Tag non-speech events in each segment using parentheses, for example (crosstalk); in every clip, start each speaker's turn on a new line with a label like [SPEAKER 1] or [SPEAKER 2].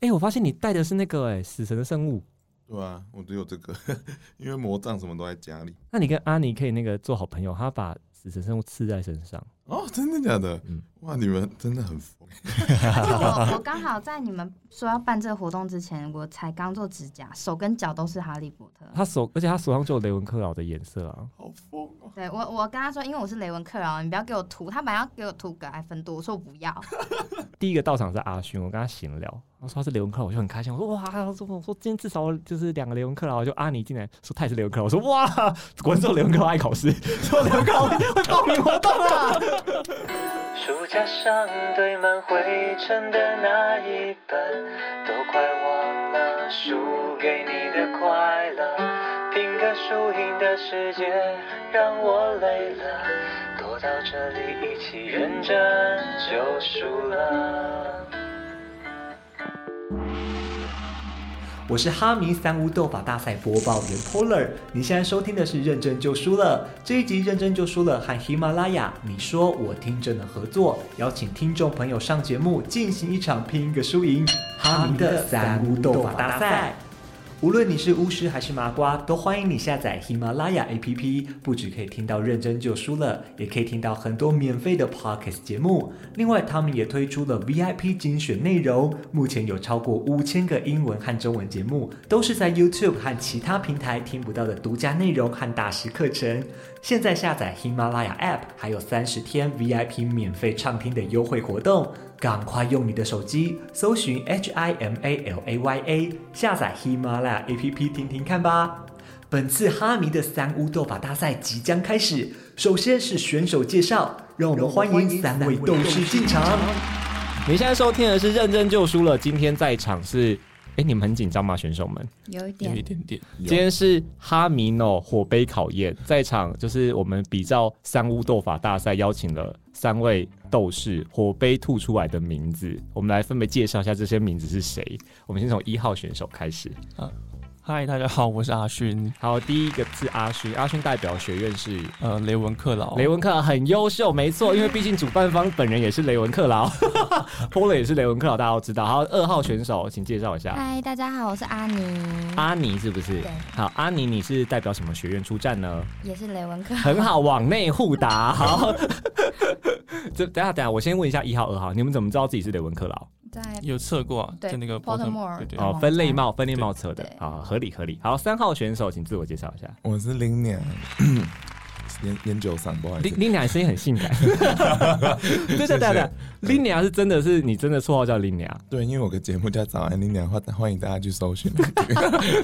[SPEAKER 1] 哎、我发现你带的是那个哎、死神的圣物，
[SPEAKER 2] 对啊，我只有这个， (laughs) 因为魔杖什么都在家里。
[SPEAKER 1] 那你跟阿尼可以那个做好朋友，他把死神圣物刺在身上。
[SPEAKER 2] 哦，真的假的？
[SPEAKER 1] 嗯
[SPEAKER 2] 哇，你们真的很疯。
[SPEAKER 3] 就我我刚好在你们说要办这个活动之前，我才刚做指甲，手跟脚都是哈利波特。
[SPEAKER 1] 他手，而且他手上就有雷文克劳的颜色啊。
[SPEAKER 2] 好疯哦！
[SPEAKER 3] 对我，我跟他说，因为我是雷文克劳，你不要给我涂。他本来要给我涂格莱芬多，我说我不要。
[SPEAKER 1] 第一个到场是阿勋，我跟他闲聊，他说他是雷文克劳，我就很开心。我说哇，我说我说今天至少就是两个雷文克劳，就阿尼进来说他也是雷文克劳，我说哇，果然只有雷文克劳爱考试，只有雷文克劳会会报名活动啊。
[SPEAKER 4] 书架上堆满灰尘的那一本，都快忘了输给你的快乐。拼个输赢的世界让我累了，躲到这里一起认真就输了。我是哈迷三巫斗法大赛播报员 Polar，你现在收听的是《认真就输了》这一集，《认真就输了》和喜马拉雅你说我听着的合作，邀请听众朋友上节目进行一场拼一个输赢哈迷的三巫斗法大赛。无论你是巫师还是麻瓜，都欢迎你下载喜马拉雅 APP，不只可以听到《认真就输了》，也可以听到很多免费的 Podcast 节目。另外，他们也推出了 VIP 精选内容，目前有超过五千个英文和中文节目，都是在 YouTube 和其他平台听不到的独家内容和大师课程。现在下载喜马拉雅 App，还有三十天 VIP 免费畅听的优惠活动。赶快用你的手机搜寻 H I M A L A Y A，下载喜马拉雅 APP 听听看吧。本次哈迷的三巫斗法大赛即将开始，首先是选手介绍，让我们欢迎三位斗士进场。
[SPEAKER 1] (laughs) 你现在收听的是《认真就输了》，今天在场是，哎、你们很紧张吗，选手们？
[SPEAKER 3] (laughs) 有一
[SPEAKER 5] 有一点点。
[SPEAKER 2] 有
[SPEAKER 1] 今天是哈米诺火杯考验，在场就是我们比照三巫斗法大赛，邀请了三位斗士火杯吐出来的名字，我们来分别介绍一下这些名字是谁。我们先从一号选手开始，
[SPEAKER 5] 嗨，大家好，我是阿勋，
[SPEAKER 1] 好，第一个是阿勋，阿勋代表学院是。
[SPEAKER 5] 呃，雷文克劳。
[SPEAKER 1] 雷文克劳很优秀，没错，因为毕竟主办方本人也是雷文克劳 (laughs) ，Polo 也是雷文克劳，大家都知道。好，二号选手，请介绍一下
[SPEAKER 3] 嗨，大家好，我是阿尼，
[SPEAKER 1] 阿尼是不是
[SPEAKER 3] 嗯对？
[SPEAKER 1] 好，阿尼你是代表什么学院出战呢？
[SPEAKER 3] 也是雷文克。
[SPEAKER 1] 很好，往内互打。好， (laughs) 这等一下等一下，我先问一下一号、二号，你们怎么知道自己是雷文克劳？
[SPEAKER 3] 在
[SPEAKER 5] 有测过啊，
[SPEAKER 3] 对
[SPEAKER 5] 在那个
[SPEAKER 3] Baltimore
[SPEAKER 5] 对对
[SPEAKER 3] 哦
[SPEAKER 1] 哦，
[SPEAKER 3] 网
[SPEAKER 1] 分类
[SPEAKER 3] 站
[SPEAKER 1] 帽，分类帽测的
[SPEAKER 3] 对，
[SPEAKER 1] 好，合理合理。好，三号选手，请自我介绍一下。
[SPEAKER 2] 我是零年 (coughs) 烟烟酒嗓，不好意
[SPEAKER 1] (laughs) 林
[SPEAKER 2] 思。
[SPEAKER 1] 林雅声音很性感， (laughs) 对对对对，林雅是真的是你真的绰号叫林雅，
[SPEAKER 2] 对，因为我个节目叫《早安林娘》，欢欢迎大家去搜 (laughs) 寻，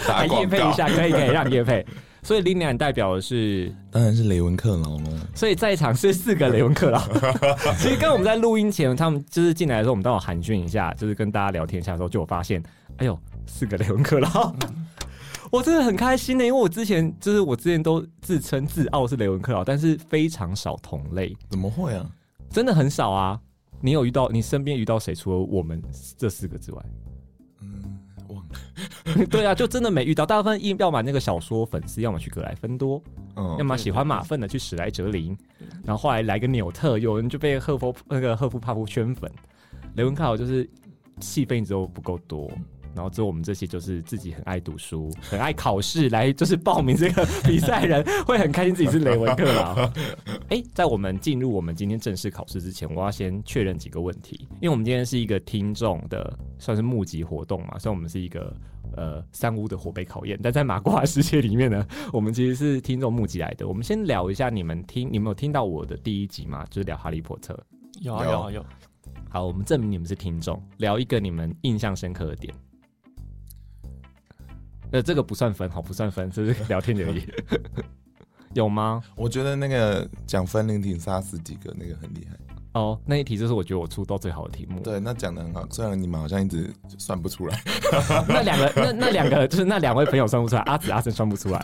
[SPEAKER 2] 打
[SPEAKER 1] 来夜
[SPEAKER 2] 广
[SPEAKER 1] 配一
[SPEAKER 2] 告。
[SPEAKER 1] 下，可以可以让夜配。所以林雅代表的是
[SPEAKER 2] 当然是雷文克劳喽。
[SPEAKER 1] 所以在场是四个雷文克劳。 (laughs) 其实跟我们在录音前，他们就是进来的时候，我们都有寒暄一下，就是跟大家聊天一下的时候，就有发现，哎呦，四个雷文克劳。我真的很开心的，因为我之前就是我之前都自称自傲是雷文克劳，但是非常少同类，
[SPEAKER 2] 怎么会啊？
[SPEAKER 1] 真的很少啊。你有遇到你身边遇到谁除了我们这四个之外？
[SPEAKER 2] 嗯，忘了。
[SPEAKER 1] 对啊，就真的没遇到。大部分要么那个小说粉丝，要么去格莱芬多，
[SPEAKER 2] 嗯
[SPEAKER 1] 要，么喜欢马粪的去史莱哲林，然后后来来个纽特，有人就被赫夫那个赫夫帕夫圈粉。雷文卡尔就是戏份一直都不够多，然后之后我们这些就是自己很爱读书、很爱考试来就是报名这个比赛人，会很开心自己是雷文克劳。哎、在我们进入我们今天正式考试之前，我要先确认几个问题，因为我们今天是一个听众的算是募集活动嘛，虽然我们是一个呃三屋的火杯考验，但在马瓜的世界里面呢， (laughs) 我们其实是听众募集来的。我们先聊一下你们听，你们有听到我的第一集吗？就是聊哈利波特。
[SPEAKER 5] 有啊
[SPEAKER 2] 有
[SPEAKER 5] 有啊有。
[SPEAKER 1] 好，我们证明你们是听众，聊一个你们印象深刻的点。呃，这个不算分，好，不算分，这是聊天而已。 (laughs) 有吗？
[SPEAKER 2] 我觉得那个讲分灵体杀死几个那个很厉害。
[SPEAKER 1] 哦，那一题就是我觉得我出到最好的题目。
[SPEAKER 2] 对，那讲的很好，虽然你们好像一直算不出来。 (laughs)
[SPEAKER 1] 那两个，那那两个就是那两位朋友算不出来，阿紫、阿珍算不出来。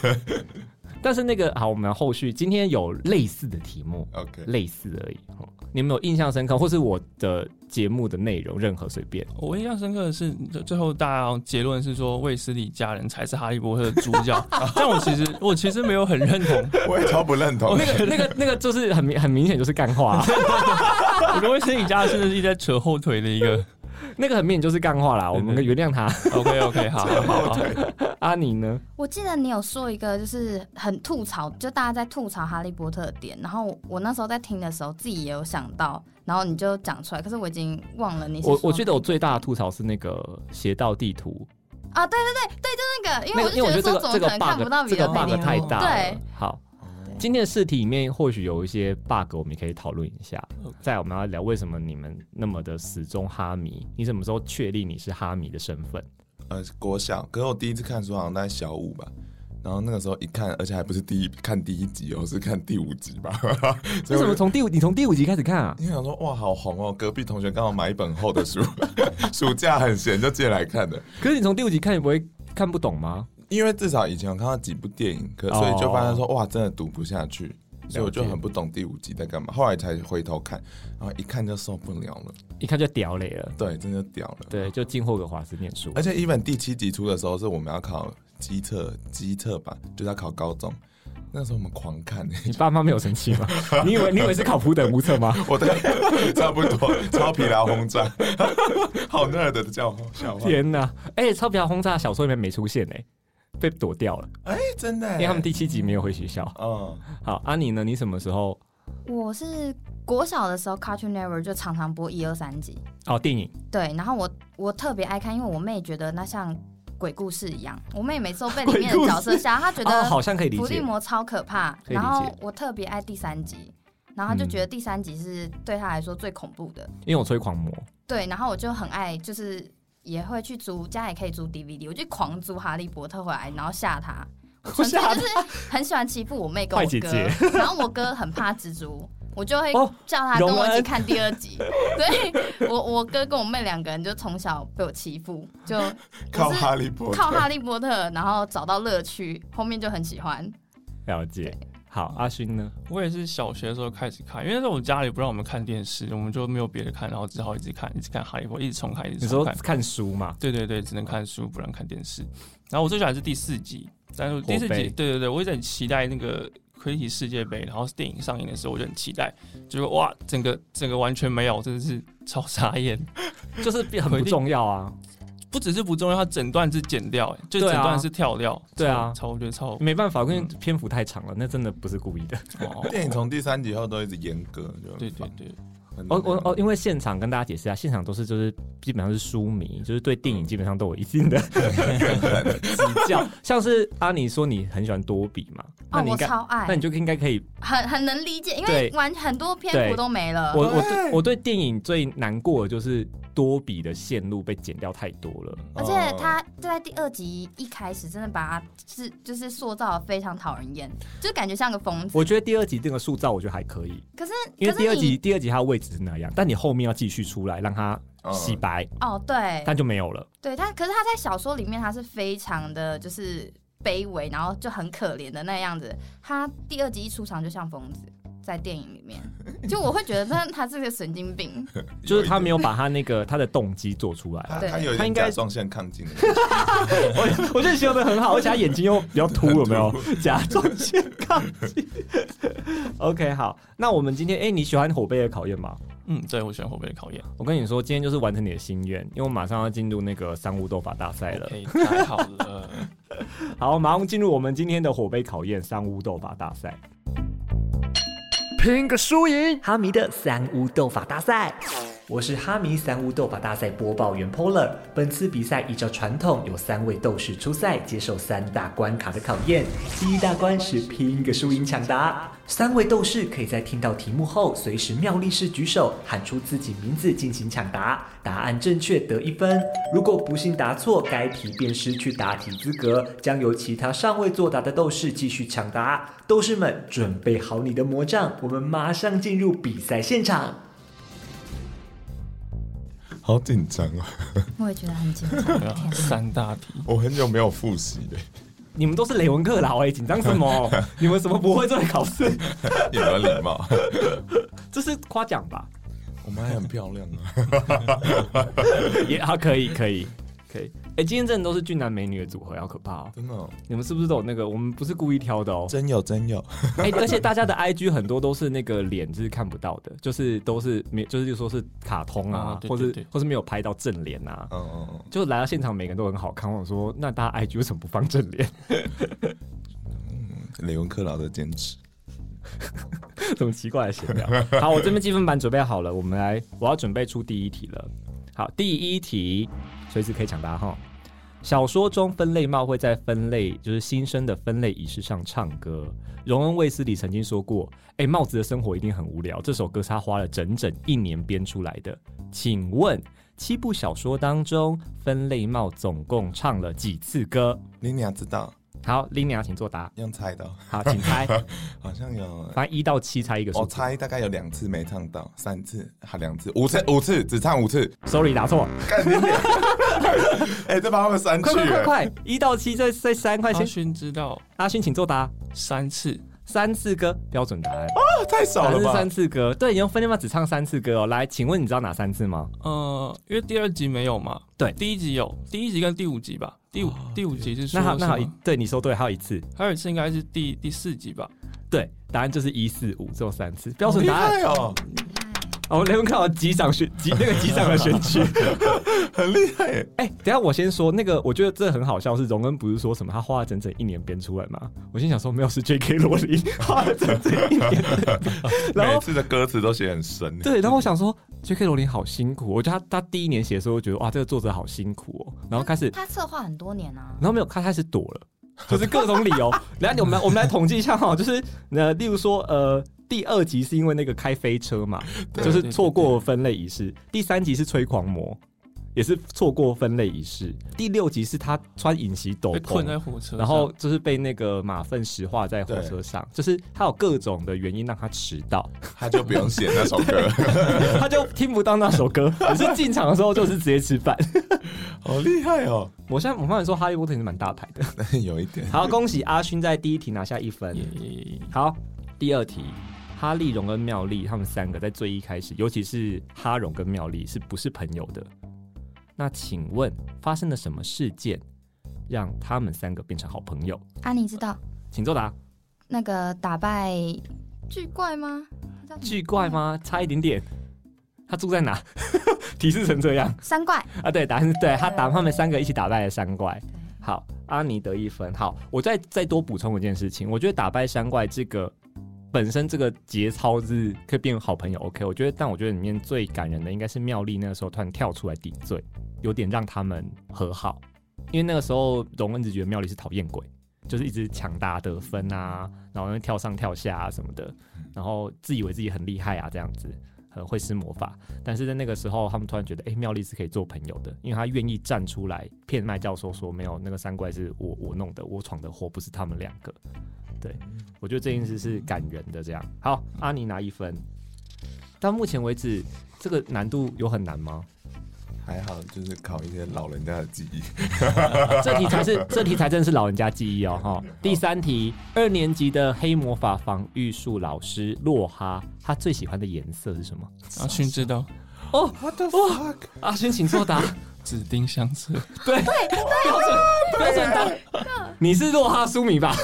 [SPEAKER 1] (laughs) 但是那个好，我们后续今天有类似的题目，
[SPEAKER 2] OK，
[SPEAKER 1] 类似而已。哦你们有印象深刻，或是我的节目的内容，任何随便。
[SPEAKER 5] 我印象深刻的是，最最后大家好像结论是说卫斯理家人才是哈利波特的主角，但我其实我其实没有很认同，
[SPEAKER 2] 我也超不认
[SPEAKER 5] 哦
[SPEAKER 2] 同。
[SPEAKER 1] 那
[SPEAKER 5] (laughs)
[SPEAKER 1] 个、那个、那个，就是很明很明显就是干话啊、
[SPEAKER 5] 我觉得卫斯理家人真的是一直在扯后腿的一个
[SPEAKER 1] 那个很明显就是干话啦，我们原
[SPEAKER 5] (laughs)
[SPEAKER 1] 谅他。
[SPEAKER 5] OK OK，好好好
[SPEAKER 1] (laughs)
[SPEAKER 5] 好，
[SPEAKER 1] 阿尼呢？
[SPEAKER 3] 我记得你有说一个，就是很吐槽，就大家在吐槽《哈利波特》的点，然后我我那时候在听的时候，自己也有想到，然后你就讲出来，可是我已经忘了你是
[SPEAKER 1] 我
[SPEAKER 3] 说
[SPEAKER 1] 我觉得我最大的吐槽是那个邪道地图，
[SPEAKER 3] 啊，对对对对，就那个，因
[SPEAKER 1] 那
[SPEAKER 3] 为
[SPEAKER 1] 个因
[SPEAKER 3] 我就
[SPEAKER 1] 为我觉
[SPEAKER 3] 说
[SPEAKER 1] 得
[SPEAKER 3] 怎
[SPEAKER 1] 这
[SPEAKER 3] 么
[SPEAKER 1] 个这
[SPEAKER 3] 可
[SPEAKER 1] 个
[SPEAKER 3] 能看不到
[SPEAKER 1] bug
[SPEAKER 3] 别
[SPEAKER 1] 这个
[SPEAKER 3] 人的
[SPEAKER 1] bug 太大了
[SPEAKER 3] 对。
[SPEAKER 1] 好，
[SPEAKER 5] 嗯
[SPEAKER 1] 今天的试题里面或许有一些 bug，我们也可以讨论一下。再来我们要聊为什么你们那么的死忠哈迷，你什么时候确立你是哈迷的身份？
[SPEAKER 2] 呃，国小，可是我第一次看书好像在小五吧，然后那个时候一看，而且还不是第一看第一集哦，是看第五集吧。 (laughs)
[SPEAKER 1] 为什
[SPEAKER 2] 所以我
[SPEAKER 1] 么
[SPEAKER 2] 就
[SPEAKER 1] 从第五你从第五集开始看啊？
[SPEAKER 2] 因为想说哇，好红哦，隔壁同学刚好买一本厚的书， (laughs) 暑假很闲就借来看的。
[SPEAKER 1] 可是你从第五集看，你不会看不懂吗？
[SPEAKER 2] 因为至少以前有看到几部电影，可
[SPEAKER 1] 哦
[SPEAKER 2] 所以就发现说、哇，真的读不下去，所以我就
[SPEAKER 1] 了解
[SPEAKER 2] 很不懂第五集在干嘛。后来才回头看，然后一看就受不了了，
[SPEAKER 1] 一看就屌雷了。
[SPEAKER 2] 对，真的屌了。
[SPEAKER 1] 对，就进霍格华兹念书。
[SPEAKER 2] 而且 even 第七集出的时候是我们要考机测机测吧，就是要考高中。那时候我们狂看、 (laughs)
[SPEAKER 1] 你爸妈没有生气 (laughs) 吗？你以为你以为是考普等无测 (laughs) 吗？
[SPEAKER 2] 我的 (laughs) 差不多超疲劳轰炸，好 nerd 的叫笑话。哎、
[SPEAKER 1] 天哪！哎、超级轰炸小说里面没出现哎、被躲掉了，
[SPEAKER 2] 真的、欸，
[SPEAKER 1] 因为他们第七集没有回学校。
[SPEAKER 2] 嗯，
[SPEAKER 1] 好，阿、尼呢？你什么时候？
[SPEAKER 3] 我是国小的时候，Cartoon Network 就常常播一二三集，
[SPEAKER 1] 哦，电影
[SPEAKER 3] 对，然后我我特别爱看，因为我妹觉得那像鬼故事一样，我妹每次
[SPEAKER 1] (laughs)
[SPEAKER 3] 都被里面的角色吓，她觉
[SPEAKER 1] 哦，
[SPEAKER 3] 得
[SPEAKER 1] 好像可以理
[SPEAKER 3] 伏地
[SPEAKER 1] 解。
[SPEAKER 3] 魔超可怕。
[SPEAKER 1] 可以理解嗯
[SPEAKER 3] 然后我特别爱第三集，然后她就觉得第三集是对她来说最恐怖的。
[SPEAKER 1] 因为我吹狂魔，
[SPEAKER 3] 对，然后我就很爱，就是也会去租，家里可以租 DVD，我就狂租《哈利波特》回来，然后吓她。
[SPEAKER 1] 我
[SPEAKER 3] 纯粹
[SPEAKER 1] 吓
[SPEAKER 3] 就是很喜欢欺负我妹跟
[SPEAKER 1] 坏
[SPEAKER 3] 我哥，
[SPEAKER 1] 姐姐
[SPEAKER 3] (laughs) 然后我哥很怕蜘蛛，我就会
[SPEAKER 1] 哦
[SPEAKER 3] 叫他跟我一
[SPEAKER 1] 荣
[SPEAKER 3] 起
[SPEAKER 1] 恩
[SPEAKER 3] 看第二
[SPEAKER 1] (laughs)
[SPEAKER 3] 集。所以我我哥跟我妹两个人就从小被我欺负，
[SPEAKER 2] (laughs)
[SPEAKER 3] 就
[SPEAKER 2] 靠
[SPEAKER 3] 我是
[SPEAKER 2] 哈利波特
[SPEAKER 3] 靠，哈利波特，然后找到乐趣，后面就很喜欢。
[SPEAKER 1] 了解。好，阿勋呢？
[SPEAKER 5] 我也是小学的时候开始看，因为那时候我家里不让我们看电视，我们就没有别的看，然后只好一直看，一直看《哈利波特》，一直重看，一
[SPEAKER 1] 你
[SPEAKER 5] 直重
[SPEAKER 1] 说
[SPEAKER 5] 看。
[SPEAKER 1] 看书嘛？
[SPEAKER 5] 对对对，只能看书，不能看电视。然后我最喜欢是第四集，但是我第四
[SPEAKER 1] 火
[SPEAKER 5] 集，
[SPEAKER 1] 杯
[SPEAKER 5] 对对对，我一直很期待那个魁体世界杯，然后电影上映的时候我就很期待，结果哇，整个整个完全没有，真的是超傻眼。
[SPEAKER 1] 就是很不重要啊，
[SPEAKER 5] 不只是不重要，它整段是剪掉、欸，就整
[SPEAKER 1] 对啊
[SPEAKER 5] 段是跳掉。
[SPEAKER 1] 对啊
[SPEAKER 5] 超超我觉得超
[SPEAKER 1] 没办法，因为
[SPEAKER 5] 嗯
[SPEAKER 1] 篇幅太长了，那真的不是故意的。
[SPEAKER 5] 哦，
[SPEAKER 2] 电影从第三集后都一直严格，就很
[SPEAKER 5] 对对
[SPEAKER 2] 烦
[SPEAKER 5] 对，
[SPEAKER 2] 很
[SPEAKER 1] 哦
[SPEAKER 2] 那
[SPEAKER 1] 哦
[SPEAKER 2] 个
[SPEAKER 1] 哦，因为现场跟大家解释啊，现场都是就是基本上是书迷，就是对电影基本上都有一定的 (laughs) 比较。像是阿尼说你很喜欢多比嘛，那
[SPEAKER 3] 哦，
[SPEAKER 1] 你
[SPEAKER 3] 我
[SPEAKER 1] 应该，
[SPEAKER 3] 超
[SPEAKER 1] 那
[SPEAKER 3] 爱
[SPEAKER 1] 你，就应该可以。
[SPEAKER 3] 很很能理解，因为
[SPEAKER 1] 对
[SPEAKER 3] 完很多篇
[SPEAKER 1] 对
[SPEAKER 3] 幅都没了。
[SPEAKER 1] 我我对我对电影最难过的就是多比的线路被剪掉太多了。
[SPEAKER 3] 而且
[SPEAKER 2] 哦
[SPEAKER 3] 他在第二集一开始真的把他是就是塑造的非常讨人厌，就感觉像个疯子。
[SPEAKER 1] 我觉得第二集这个塑造我觉得还可以，
[SPEAKER 3] 可是
[SPEAKER 1] 因为
[SPEAKER 3] 可是
[SPEAKER 1] 第二集
[SPEAKER 3] 你
[SPEAKER 1] 第二集它的位置是那样，但你后面要继续出来让它
[SPEAKER 2] 嗯
[SPEAKER 1] 洗白，
[SPEAKER 3] 哦，对
[SPEAKER 1] 但就没有了。
[SPEAKER 3] 对，他可是他在小说里面他是非常的就是卑微，然后就很可怜的那样子。他第二集一出场就像疯子，在电影
[SPEAKER 2] (laughs)
[SPEAKER 3] 里面，就我会觉得他他是个神经病。
[SPEAKER 1] 就是他没
[SPEAKER 2] 有
[SPEAKER 1] 有把他那个他的动机做出来
[SPEAKER 2] 一
[SPEAKER 1] 啊
[SPEAKER 2] 点，他
[SPEAKER 3] 对
[SPEAKER 2] 他有一
[SPEAKER 1] 他应
[SPEAKER 2] 点
[SPEAKER 1] 该
[SPEAKER 2] 甲状腺亢进的，
[SPEAKER 1] (laughs) 我我觉得形容的很好，而且他眼睛又比较凸，有没有？甲状腺亢 (laughs) 进。OK，好，那我们今天，哎、你喜欢火杯的考验吗？
[SPEAKER 5] 嗯，对我喜欢后背的考验。
[SPEAKER 1] 我跟你说，今天就是完成你的心愿，因为我马上要进入那个三巫斗法大赛了。
[SPEAKER 5] OK，太好了。
[SPEAKER 1] 好，马上进入我们今天的火杯考验——三巫斗法大赛。
[SPEAKER 4] 拼个输赢！哈迷的三巫斗法大赛，我是哈迷三巫斗法大赛播报员 Polar。本次比赛依照传统，有三位斗士出赛，接受三大关卡的考验。第一大关是拼个输赢抢答，三位斗士可以在听到题目后，随时妙力士举手喊出自己名字进行抢答，答案正确得一分。如果不幸答错，该题便失去答题资格，将由其他尚未作答的斗士继续抢答。斗士们，准备好你的魔杖，我们马上进入比赛现场。
[SPEAKER 2] 好紧张啊！
[SPEAKER 3] 我也觉得很紧张，
[SPEAKER 5] (laughs) 对啊三大题，
[SPEAKER 2] 我很久没有复习 (laughs) 了，
[SPEAKER 1] 你们都是雷文克劳哎、紧张什 (laughs) 么？你们什么不会做的考试？
[SPEAKER 2] 有没有礼貌？ (laughs)
[SPEAKER 1] 这是夸奖吧？
[SPEAKER 2] 我们还很漂亮啊！
[SPEAKER 1] 啊也好，可以，可以，可以。哎，今天真的都是俊男美女的组合，好可怕哦！
[SPEAKER 2] 真的哦、
[SPEAKER 1] 你们是不是都有那个？我们不是故意挑的哦。
[SPEAKER 2] 真有真有，
[SPEAKER 1] 哎、而且大家的 IG 很多都是那个脸是看不到的，就是都是没，就是说是卡通啊，
[SPEAKER 5] 啊对
[SPEAKER 1] 或
[SPEAKER 5] 对
[SPEAKER 1] 是
[SPEAKER 5] 对
[SPEAKER 1] 或是没有拍到正脸啊。
[SPEAKER 2] 嗯嗯嗯，
[SPEAKER 1] 就来到现场，每个人都很好看。我想说，那大家 IG 为什么不放正脸？
[SPEAKER 2] 雷文克劳的坚持，
[SPEAKER 1] (laughs) 什么奇怪的闲聊？好，我这边积分板准备好了，我们来，我要准备出第一题了。好，第一题，随时可以抢答哈。小说中，分类帽会在分类，就是新生的分类仪式上唱歌。荣恩·卫斯理曾经说过：“哎、帽子的生活一定很无聊。”这首歌是他花了整整一年编出来的。请问，七部小说当中，分类帽总共唱了几次歌？
[SPEAKER 2] 你俩知道
[SPEAKER 1] 好 l i n a 请作答。
[SPEAKER 2] 用猜的哦、 (laughs)
[SPEAKER 1] 好，请猜，
[SPEAKER 2] 好像有
[SPEAKER 1] 反正一到七猜一个数
[SPEAKER 2] 我
[SPEAKER 1] 字。
[SPEAKER 2] 猜大概有两次没唱到，三次还两次，五次五次只唱五次，
[SPEAKER 1] Sorry，答错。
[SPEAKER 2] 干你娘！哎、这把他们删去
[SPEAKER 1] 快快快
[SPEAKER 2] 了。
[SPEAKER 1] 快！一到七再再三，快
[SPEAKER 5] 阿
[SPEAKER 1] 哎先
[SPEAKER 5] 勋知道
[SPEAKER 1] 阿勋，请作答。
[SPEAKER 5] 三次，
[SPEAKER 1] 三次歌标准答案，
[SPEAKER 2] 啊太少
[SPEAKER 1] 答案
[SPEAKER 2] 了
[SPEAKER 1] 是
[SPEAKER 2] 吧
[SPEAKER 1] 三？次歌。对，你用分辨法只唱三次歌哦。来，请问你知道哪三次吗？
[SPEAKER 5] 呃，因为第二集没有嘛，
[SPEAKER 1] 对哦
[SPEAKER 5] 第一集有，第一集跟第五集吧，第五、第五集是说
[SPEAKER 1] 那好，
[SPEAKER 5] 什
[SPEAKER 1] 那
[SPEAKER 5] 么
[SPEAKER 1] 好，一对你说对，还有一次。
[SPEAKER 5] 还有一次应该是第第四集吧，
[SPEAKER 1] 对，答案就是一四五，只有三次标准答
[SPEAKER 2] 好
[SPEAKER 1] 案。
[SPEAKER 2] 厉害哦，
[SPEAKER 1] 哦，雷文看我击掌选击那个击掌的选曲。
[SPEAKER 2] (laughs) 很厉害耶！
[SPEAKER 1] (laughs) 哎、等一下我先说那个，我觉得这很好笑，是荣恩不是说什么他花了整整一年编出来吗？我心想说没有，是 J.K. 罗琳花了整整一年，
[SPEAKER 2] (laughs)
[SPEAKER 1] 然后
[SPEAKER 2] 每次的歌词都写很深耶，
[SPEAKER 1] 对，然后我想说，J.K. 罗琳好辛苦，哦我觉得他他第一年写的时候，我觉得哇，这个作者好辛苦哦。然后开始，
[SPEAKER 3] 他策划很多年啊
[SPEAKER 1] 然，后没有，他开始躲了，就是各种理由。 (laughs) 然后我们来我们来统计一下哈、就是呃，例如说呃，第二集是因为那个开飞车嘛，
[SPEAKER 5] 对
[SPEAKER 1] 就是
[SPEAKER 5] 对对
[SPEAKER 1] 错过分类仪式；第三集是吹狂魔，也是错过分类仪式；第六集是他穿隐形斗
[SPEAKER 5] 被
[SPEAKER 1] 篷
[SPEAKER 5] 困。在火车上，
[SPEAKER 1] 然后就是被那个马粪石化在火车上，就是他有各种的原因让他迟到，
[SPEAKER 2] 他就不用写那 (laughs) 首歌，
[SPEAKER 1] (laughs) 他就听不到那首歌，可是进场的时候就是直接吃饭。
[SPEAKER 2] 好厉害哦！
[SPEAKER 1] (laughs) 我现在我发现说哈利波特也是蛮大牌的。
[SPEAKER 2] (laughs) 有一点，
[SPEAKER 1] (laughs) 好，恭喜阿勋在第一题拿下一分
[SPEAKER 5] 也。也也
[SPEAKER 1] 好，第二题，哈利、荣跟妙丽他们三个在最一开始，尤其是哈荣跟妙丽是不是朋友的？那请问发生了什么事件让他们三个变成好朋友？
[SPEAKER 3] 安妮知道
[SPEAKER 1] 请作 (laughs) 答。
[SPEAKER 3] 那个打败巨怪吗？他叫什么
[SPEAKER 1] 巨怪？吗？差一点点。他住在哪？ (laughs) 提示成这样
[SPEAKER 3] 三怪。
[SPEAKER 1] (laughs) 啊？对，答案是对。他打他们三个一起打败了三怪。好，阿尼得一分。好，我再再多补充一件事情，我觉得打败山怪这个本身这个节操是可以变好朋友，OK？我觉得，但我觉得里面最感人的应该是妙丽那个时候突然跳出来顶罪，有点让他们和好，因为那个时候荣恩只觉得妙丽是讨厌鬼，就是一直抢答得分啊，然后跳上跳下啊什么的，然后自以为自己很厉害啊这样子。很会施魔法，但是在那个时候，他们突然觉得，哎、妙丽是可以做朋友的，因为她愿意站出来骗麦教授说，没有那个三怪是我我弄的，我闯的祸，不是他们两个。对，我觉得这件事是感人的。这样，好，啊阿尼拿一分。到目前为止，这个难度有很难吗？
[SPEAKER 2] 还好就是考一些老人家的记忆。 (laughs)
[SPEAKER 1] 这题才是 (laughs) 这题才真是老人家记忆哦哈。第三题，二年级的黑魔法防御术老师洛哈，他最喜欢的颜色是什么？
[SPEAKER 5] 阿啊勋知道
[SPEAKER 2] What the fuck？
[SPEAKER 1] 阿轩，请作答。
[SPEAKER 5] (laughs) 指定相
[SPEAKER 1] (laughs)
[SPEAKER 5] 册，
[SPEAKER 1] 标准标准答，你是洛哈苏米吧？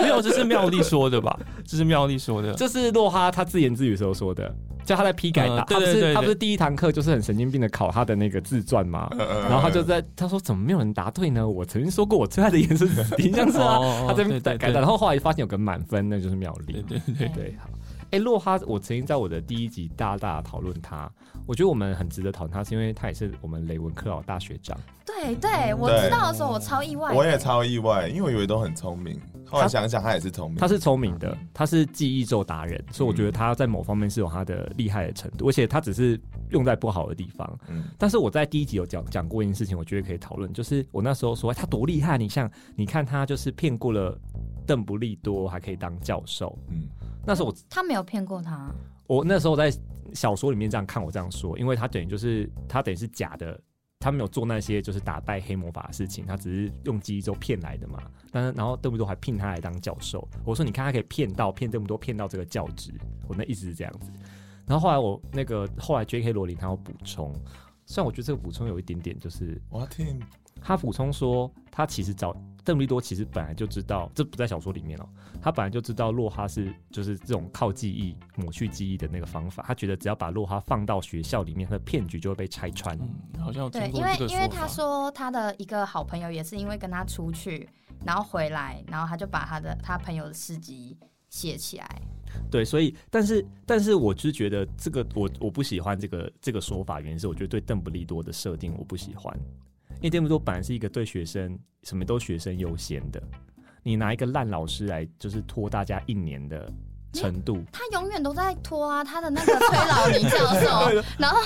[SPEAKER 5] 没有，这是妙丽说的吧？这是妙丽说的，
[SPEAKER 1] 这是洛哈他自言自语的时候说的，叫他在批改答。
[SPEAKER 5] 呃对
[SPEAKER 1] 他
[SPEAKER 5] 对对
[SPEAKER 1] 不是他
[SPEAKER 5] 对
[SPEAKER 1] 不是第一堂课就是很神经病的考他的那个自传吗？
[SPEAKER 5] 嗯
[SPEAKER 1] 然后他就在他说怎么没有人答对呢？我曾经说过我最爱的 (laughs) 颜色是紫丁香色啊
[SPEAKER 5] 哦哦，哦
[SPEAKER 1] 他在
[SPEAKER 5] 对对
[SPEAKER 1] 改
[SPEAKER 5] 对
[SPEAKER 1] 改答，然后后来发现有个满分，那就是妙丽
[SPEAKER 5] 对。对对，
[SPEAKER 1] 对，好。哎、洛哈，我曾经在我的第一集大大讨论他，我觉得我们很值得讨论他，是因为他也是我们雷文克劳大学长。
[SPEAKER 3] 对对，我
[SPEAKER 2] 对
[SPEAKER 3] 知道的时候我超意外的。
[SPEAKER 2] 嗯我也超意外，因为我以为都很聪明，后来想想他也是
[SPEAKER 5] 嗯
[SPEAKER 2] 聪明，
[SPEAKER 1] 他是聪明的，他是记忆咒达人，所以我觉得他在某方面是有他的厉害的程度，而且他只是用在不好的地方。
[SPEAKER 2] 嗯
[SPEAKER 1] 但是我在第一集有讲讲过一件事情，我觉得可以讨论，就是我那时候说哎他多厉害，你像你看他就是骗过了邓布利多，还可以当教授。
[SPEAKER 2] 嗯，
[SPEAKER 1] 那时候我
[SPEAKER 3] 他没有骗过他，
[SPEAKER 1] 我那时候在小说里面这样看我这样说，因为他等于就是他等于是假的，他没有做那些就是打败黑魔法的事情，他只是用记忆咒骗来的嘛。但是然后邓布利多还聘他来当教授，我说你看他可以骗到骗这么多，骗到这个教职，我那一直是这样子。然后后来我那个后来 J.K. 罗琳他要补充，虽然我觉得这个补充有一点点，就是
[SPEAKER 2] 我要听
[SPEAKER 1] 他补充说，他其实早邓布利多其实本来就知道，这不在小说里面哦，他本来就知道洛哈是就是这种靠记忆抹去记忆的那个方法，他觉得只要把洛哈放到学校里面，他的骗局就会被拆穿。
[SPEAKER 5] 嗯，好像有
[SPEAKER 3] 对，
[SPEAKER 5] 听过
[SPEAKER 3] 因为
[SPEAKER 5] 这个
[SPEAKER 3] 因为
[SPEAKER 5] 说
[SPEAKER 3] 他
[SPEAKER 5] 法。
[SPEAKER 3] 说他的一个好朋友也是因为跟他出去，然后回来，然后他就把他的他朋友的事迹写起来。
[SPEAKER 1] 对，所以但是但是我就是觉得这个我我不喜欢这个这个说法，原因是我觉得对邓布利多的设定我不喜欢，因为邓布利多本来是一个对学生什么都学生优先的，你拿一个烂老师来就是拖大家一年的程度，
[SPEAKER 3] 他永远都在拖啊，他的那个崔老尼教
[SPEAKER 5] (laughs)
[SPEAKER 3] 授，然后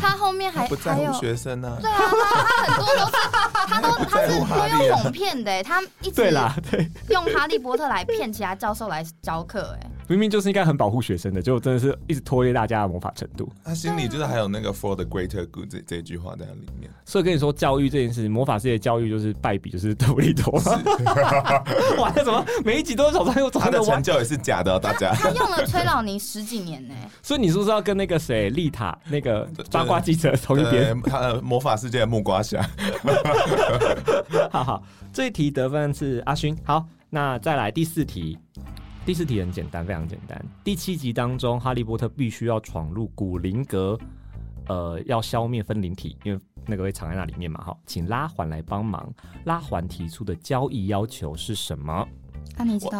[SPEAKER 3] 他后面还
[SPEAKER 2] 不在
[SPEAKER 3] 还有
[SPEAKER 2] 乎学生呢、
[SPEAKER 3] 对啊，他他很多都是他都他是都
[SPEAKER 2] 啊
[SPEAKER 3] 用哄骗的欸，他一直
[SPEAKER 1] 对啦，对，
[SPEAKER 3] 用哈利波特来骗其他教授来教课，哎，
[SPEAKER 1] 明明就是应该很保护学生的，结果真的是一直拖累大家的魔法程度。
[SPEAKER 2] 他心里就是还有那个 “for the greater good” 这这句话在里面。
[SPEAKER 1] 所以跟你说，教育这件事，魔法世界教育就是败笔，就是斗利多。 (laughs) 哇，那怎么每一集都是手上又
[SPEAKER 2] 他
[SPEAKER 1] 抓
[SPEAKER 2] 的
[SPEAKER 1] 着
[SPEAKER 2] 成
[SPEAKER 1] 玩？
[SPEAKER 2] 就也是假的哦、大
[SPEAKER 3] (laughs)
[SPEAKER 2] 家。
[SPEAKER 3] 他用了崔老尼十几年欸呢，
[SPEAKER 1] 所以你是不是要跟那个谁丽塔那个
[SPEAKER 2] 对对
[SPEAKER 1] 八卦记者同一边？
[SPEAKER 2] 对，呃他的魔法世界的木瓜侠，
[SPEAKER 1] (laughs) 好好，这一题得分是阿勋。好，那再来第四题。第四题很简单，非常简单。第七集当中，哈利波特必须要闯入古灵阁，呃，要消灭分灵体，因为那个会藏在那里面嘛。哈，请拉环来帮忙。拉环提出的交易要求是什么？
[SPEAKER 3] 啊，你知道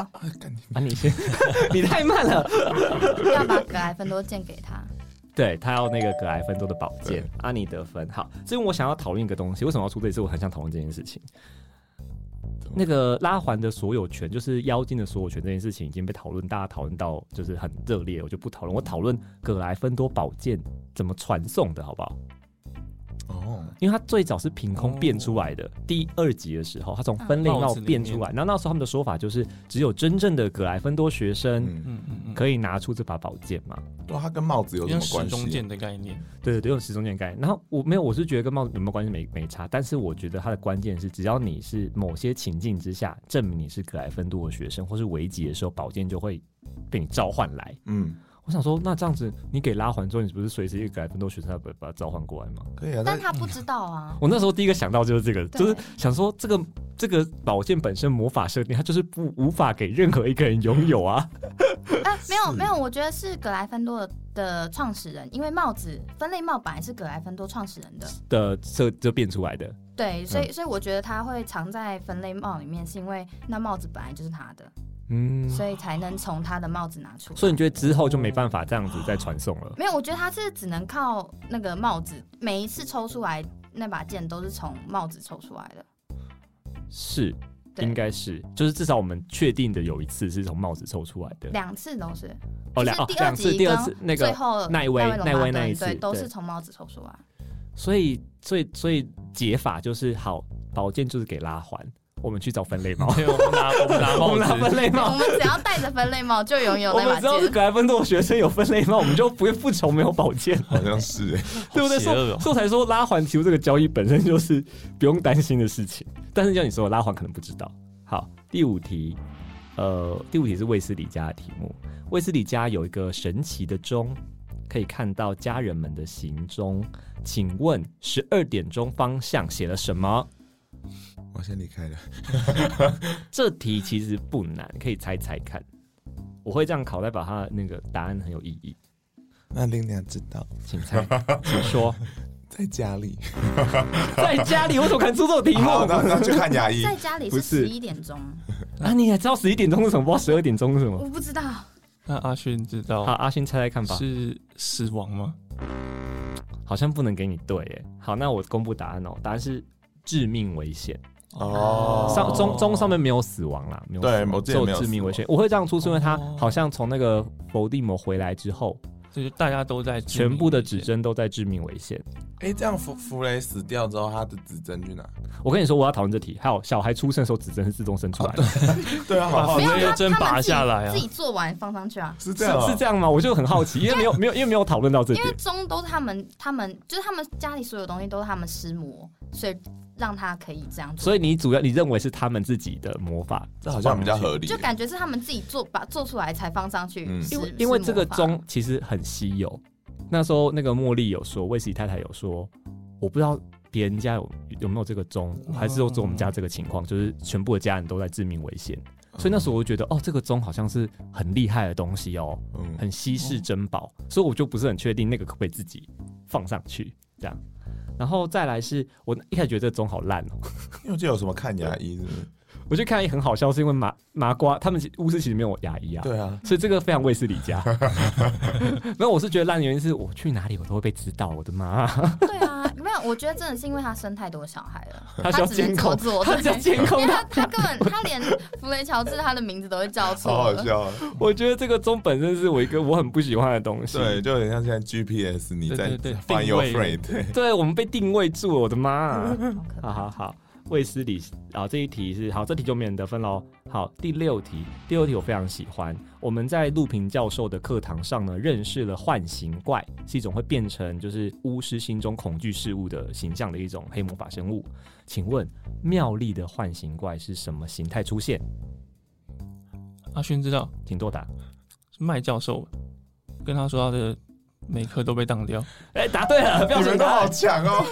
[SPEAKER 1] 啊，你先， (laughs) 你太慢了。
[SPEAKER 3] 要把格莱芬多剑给他，
[SPEAKER 1] 对他要那个格莱芬多的宝剑，阿尼得分。好，这边我想要讨论一个东西，为什么要出这一次？我很想讨论这件事情。那个拉环的所有权，就是妖精的所有权这件事情，已经被讨论，大家讨论到就是很热烈，我就不讨论。我讨论格莱芬多宝剑怎么传送的好不好？
[SPEAKER 2] 哦，
[SPEAKER 1] 因为它最早是凭空变出来的。第二集的时候，它从分类帽变出来，然后那时候他们的说法就是，只有真正的格莱芬多学生
[SPEAKER 2] 嗯，
[SPEAKER 5] 嗯嗯嗯，
[SPEAKER 1] 可以拿出这把宝剑嘛。
[SPEAKER 2] 对，啊他跟帽子有什
[SPEAKER 5] 用
[SPEAKER 2] 么
[SPEAKER 5] 时
[SPEAKER 2] 关
[SPEAKER 5] 钟
[SPEAKER 2] 系？
[SPEAKER 5] 剑的概念，
[SPEAKER 1] 对对对，用时钟键概念。然后我没有，我是觉得跟帽子有没有关系没没差，但是我觉得它的关键是，只要你是某些情境之下证明你是格莱芬多的学生，或是危急的时候，宝剑就会被你召唤来。
[SPEAKER 2] 嗯，
[SPEAKER 1] 我想说，那这样子你给拉环之后，你不是随时一个格莱芬多学生，他把把他召唤过来吗？
[SPEAKER 2] 可以啊。
[SPEAKER 3] 但他不知道啊。
[SPEAKER 1] 我那时候第一个想到就是这个，
[SPEAKER 3] 对
[SPEAKER 1] 就是想说这个这个宝剑本身魔法设定，它就是不无法给任何一个人拥有啊。
[SPEAKER 3] (laughs) 啊，没有没有，我觉得是格莱芬多的创始人，因为帽子分类帽本来是格莱芬多创始人的，
[SPEAKER 1] 的设就变出来的，嗯
[SPEAKER 3] 对，所以、所以我觉得他会藏在分类帽里面，是因为那帽子本来就是他的，
[SPEAKER 1] 嗯，
[SPEAKER 3] 所以才能从他的帽子拿出来。
[SPEAKER 1] 所以你觉得之后就没办法这样子再传送了？
[SPEAKER 3] 没有，我觉得他是只能靠那个帽子，每一次抽出来那把剑都是从帽子抽出来的。
[SPEAKER 1] 是，
[SPEAKER 3] 对
[SPEAKER 1] 应该是，就是至少我们确定的有一次是从帽子抽出来的。
[SPEAKER 3] 两次都是，
[SPEAKER 1] 哦，
[SPEAKER 3] 就
[SPEAKER 1] 两
[SPEAKER 3] 是
[SPEAKER 1] 哦
[SPEAKER 3] 第二
[SPEAKER 1] 两次，
[SPEAKER 3] 集
[SPEAKER 1] 第二
[SPEAKER 3] 跟
[SPEAKER 1] 次那
[SPEAKER 3] 最
[SPEAKER 1] 个，
[SPEAKER 3] 后
[SPEAKER 1] 奈威
[SPEAKER 3] 龙
[SPEAKER 1] 奈威
[SPEAKER 3] 马
[SPEAKER 1] 那
[SPEAKER 3] 顿
[SPEAKER 1] 一次
[SPEAKER 3] 对，都
[SPEAKER 1] 对
[SPEAKER 3] 是从帽子抽出来。
[SPEAKER 1] 所以所以所以解法就是好，宝剑就是给拉环，我们去找分类帽，
[SPEAKER 5] 没有我们拿 (laughs) 我们拿
[SPEAKER 1] 我们拿
[SPEAKER 5] 帽
[SPEAKER 1] 分
[SPEAKER 5] 子，
[SPEAKER 1] 类
[SPEAKER 3] 我
[SPEAKER 1] 帽。
[SPEAKER 3] 们只要戴着分类帽就 (laughs) 拥有
[SPEAKER 1] (laughs) 我
[SPEAKER 3] 那
[SPEAKER 1] 们
[SPEAKER 3] 把
[SPEAKER 1] 知道是
[SPEAKER 3] 剑。
[SPEAKER 1] 格莱芬多的学生有分类帽，我们就不会不愁没有宝剑，
[SPEAKER 2] 好像是哎、
[SPEAKER 1] 对不对？
[SPEAKER 5] 邪
[SPEAKER 1] 所
[SPEAKER 5] 恶
[SPEAKER 1] 以
[SPEAKER 5] 哦
[SPEAKER 1] 所以我才说拉环提出这个交易本身就是不用担心的事情。但是像你说，拉环可能不知道。好，第五题，呃，第五题是卫斯理家的题目。卫斯理家有一个神奇的钟，可以看到家人们的行踪。请问十二点钟方向写了什么？
[SPEAKER 2] 我先离开了。
[SPEAKER 1] 这题其实不难，可以猜猜看。我会这样考，代表它那个答案很有意义。
[SPEAKER 2] 那令娘知道，
[SPEAKER 1] 请
[SPEAKER 2] (laughs)
[SPEAKER 1] 猜，请说，
[SPEAKER 2] 在家里。
[SPEAKER 1] 在家里为什么可能出这种题目？
[SPEAKER 2] 好，那那去看牙医。
[SPEAKER 3] 在家里
[SPEAKER 1] 不
[SPEAKER 3] 是
[SPEAKER 1] 是
[SPEAKER 3] 十一点钟，
[SPEAKER 1] 啊，你还知道十一点钟是什么？不知道十二点钟是什么？
[SPEAKER 3] 我不知道。
[SPEAKER 1] 哦
[SPEAKER 5] 那阿勋知
[SPEAKER 1] 好，
[SPEAKER 5] 道
[SPEAKER 1] 阿勋猜猜看吧。
[SPEAKER 5] 哦是死亡吗？
[SPEAKER 1] 好像不能给你对耶。好，那我公布答案哦，答案是致命危险。
[SPEAKER 2] 哦
[SPEAKER 1] 上中中上面没有死亡啦，没有死
[SPEAKER 2] 对
[SPEAKER 1] 亡
[SPEAKER 2] 我记
[SPEAKER 1] 只
[SPEAKER 2] 得
[SPEAKER 1] 有
[SPEAKER 2] 没有
[SPEAKER 1] 致
[SPEAKER 2] 死
[SPEAKER 1] 命危
[SPEAKER 2] 亡
[SPEAKER 1] 险。我会这样出，是因为他
[SPEAKER 5] 哦
[SPEAKER 1] 好像从那个伏地魔回来之后，
[SPEAKER 5] 就是大家都在致命
[SPEAKER 1] 全部的
[SPEAKER 5] 危
[SPEAKER 1] 指
[SPEAKER 5] 险，
[SPEAKER 1] 针都在致命危险。
[SPEAKER 2] 哎、这样弗弗雷死掉之后，他的指针去哪？
[SPEAKER 1] 我跟你说，我要讨论这题。还有小孩出生的时候，指针是自动生出来的，
[SPEAKER 2] 对啊，好好
[SPEAKER 5] 没
[SPEAKER 3] 没
[SPEAKER 5] 有
[SPEAKER 3] 有，
[SPEAKER 5] 有
[SPEAKER 3] 他
[SPEAKER 5] 针
[SPEAKER 3] 他
[SPEAKER 5] 拔
[SPEAKER 3] 们自己
[SPEAKER 5] 下来啊
[SPEAKER 3] 自己做完放上去啊。
[SPEAKER 2] 是这样、
[SPEAKER 1] 是是这样吗？我就很好奇，因为
[SPEAKER 2] (laughs)
[SPEAKER 1] 没有没有因为没有讨论到这
[SPEAKER 3] 因为
[SPEAKER 1] 点。
[SPEAKER 3] 钟都是他们，他们就是他们家里所有东西都是他们施魔，所以让他可以这样做，
[SPEAKER 1] 所以你主要你认为是他们自己的魔法，
[SPEAKER 2] 这好像比较合理。
[SPEAKER 3] 就感觉是他们自己做把做出来才放上去
[SPEAKER 2] 嗯
[SPEAKER 3] 施。
[SPEAKER 1] 因为
[SPEAKER 3] 施
[SPEAKER 1] 因为这个
[SPEAKER 3] 魔法
[SPEAKER 1] 钟其实很稀有。那时候那个茉莉有说，卫斯理太太有说，我不知道别人家有有没有这个钟，还是说只有我们家这个情况，就是全部的家人都在致命危险。所以那时候我就觉得，哦，这个钟好像是很厉害的东西哦，
[SPEAKER 2] 嗯，
[SPEAKER 1] 很稀世珍宝，所以我就不是很确定那个可不可以自己放上去这样。然后再来是我一开始觉得这钟好烂哦，
[SPEAKER 2] 因为我记得有什么看牙医是不是？
[SPEAKER 1] 我就看也很好笑，是因为麻麻瓜他们其巫师其实没有牙医啊，
[SPEAKER 2] 对啊，
[SPEAKER 1] 所以这个非常卫斯理家。
[SPEAKER 3] (laughs)
[SPEAKER 1] 没有，我是觉得烂的原因是我去哪里我都会被知道，我的
[SPEAKER 3] (laughs)
[SPEAKER 1] 妈！
[SPEAKER 3] 对啊，没有，我觉得真的是因为他生太多小孩
[SPEAKER 1] (laughs)
[SPEAKER 3] 了，
[SPEAKER 1] 他需要
[SPEAKER 3] 只能
[SPEAKER 1] 监
[SPEAKER 3] 这么
[SPEAKER 1] 控，
[SPEAKER 3] 做，
[SPEAKER 1] 他
[SPEAKER 3] 对
[SPEAKER 1] 需要监控
[SPEAKER 3] 因为
[SPEAKER 1] 他。
[SPEAKER 3] 他他根本他连弗雷乔治他的名字都会叫
[SPEAKER 2] 好
[SPEAKER 3] 错
[SPEAKER 2] 好
[SPEAKER 3] 了，
[SPEAKER 2] 笑啊。
[SPEAKER 1] 我觉得这个钟本身是我一个我很不喜欢的东西。
[SPEAKER 2] 对，就有点像现在 GPS，你
[SPEAKER 5] 对
[SPEAKER 2] 在
[SPEAKER 5] 对对
[SPEAKER 2] find
[SPEAKER 5] 定
[SPEAKER 2] your
[SPEAKER 5] 位
[SPEAKER 2] friend，对
[SPEAKER 1] 对我们被定位住了，我的妈！
[SPEAKER 3] 好可
[SPEAKER 1] 啊好
[SPEAKER 3] 怕。
[SPEAKER 1] 好好，卫斯理啊，这一题是好，这题就免得分喽。好，第六题，第六题我非常喜欢。我们在陆平教授的课堂上呢，认识了幻形怪，是一种会变成就是巫师心中恐惧事物的形象的一种黑魔法生物。请问妙丽的幻形怪是什么形态出现？
[SPEAKER 5] 阿勋知道
[SPEAKER 1] 请作答。
[SPEAKER 5] 是麦教授，跟他说他的每科都被当掉，
[SPEAKER 1] 哎、答对了，标
[SPEAKER 2] 你
[SPEAKER 1] 准
[SPEAKER 2] 们都
[SPEAKER 1] 答
[SPEAKER 2] 好
[SPEAKER 1] 案。
[SPEAKER 2] 强哦。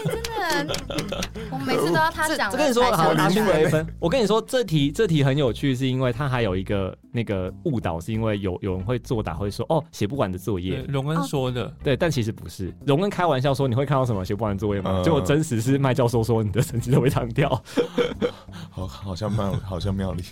[SPEAKER 3] 真的， (laughs) 我每次都要他
[SPEAKER 1] 这
[SPEAKER 3] 讲
[SPEAKER 1] 这
[SPEAKER 3] 了
[SPEAKER 1] 跟你
[SPEAKER 3] 才
[SPEAKER 1] 说，好，
[SPEAKER 3] 想
[SPEAKER 1] 拿
[SPEAKER 3] 到
[SPEAKER 1] 去
[SPEAKER 3] 答案
[SPEAKER 1] 微分。我跟你说，这题这题很有趣，是因为它还有一个那个误导，是因为有有人会作答会说哦，写不完的作业
[SPEAKER 5] 对，。荣恩说的，
[SPEAKER 1] 对，但其实不是。荣恩开玩笑说你会看到什么写不完的作业吗？
[SPEAKER 2] 嗯
[SPEAKER 1] 结果真实是麦教授说你的成绩都会挡掉，
[SPEAKER 2] (laughs) 好，好像妙，好像妙丽。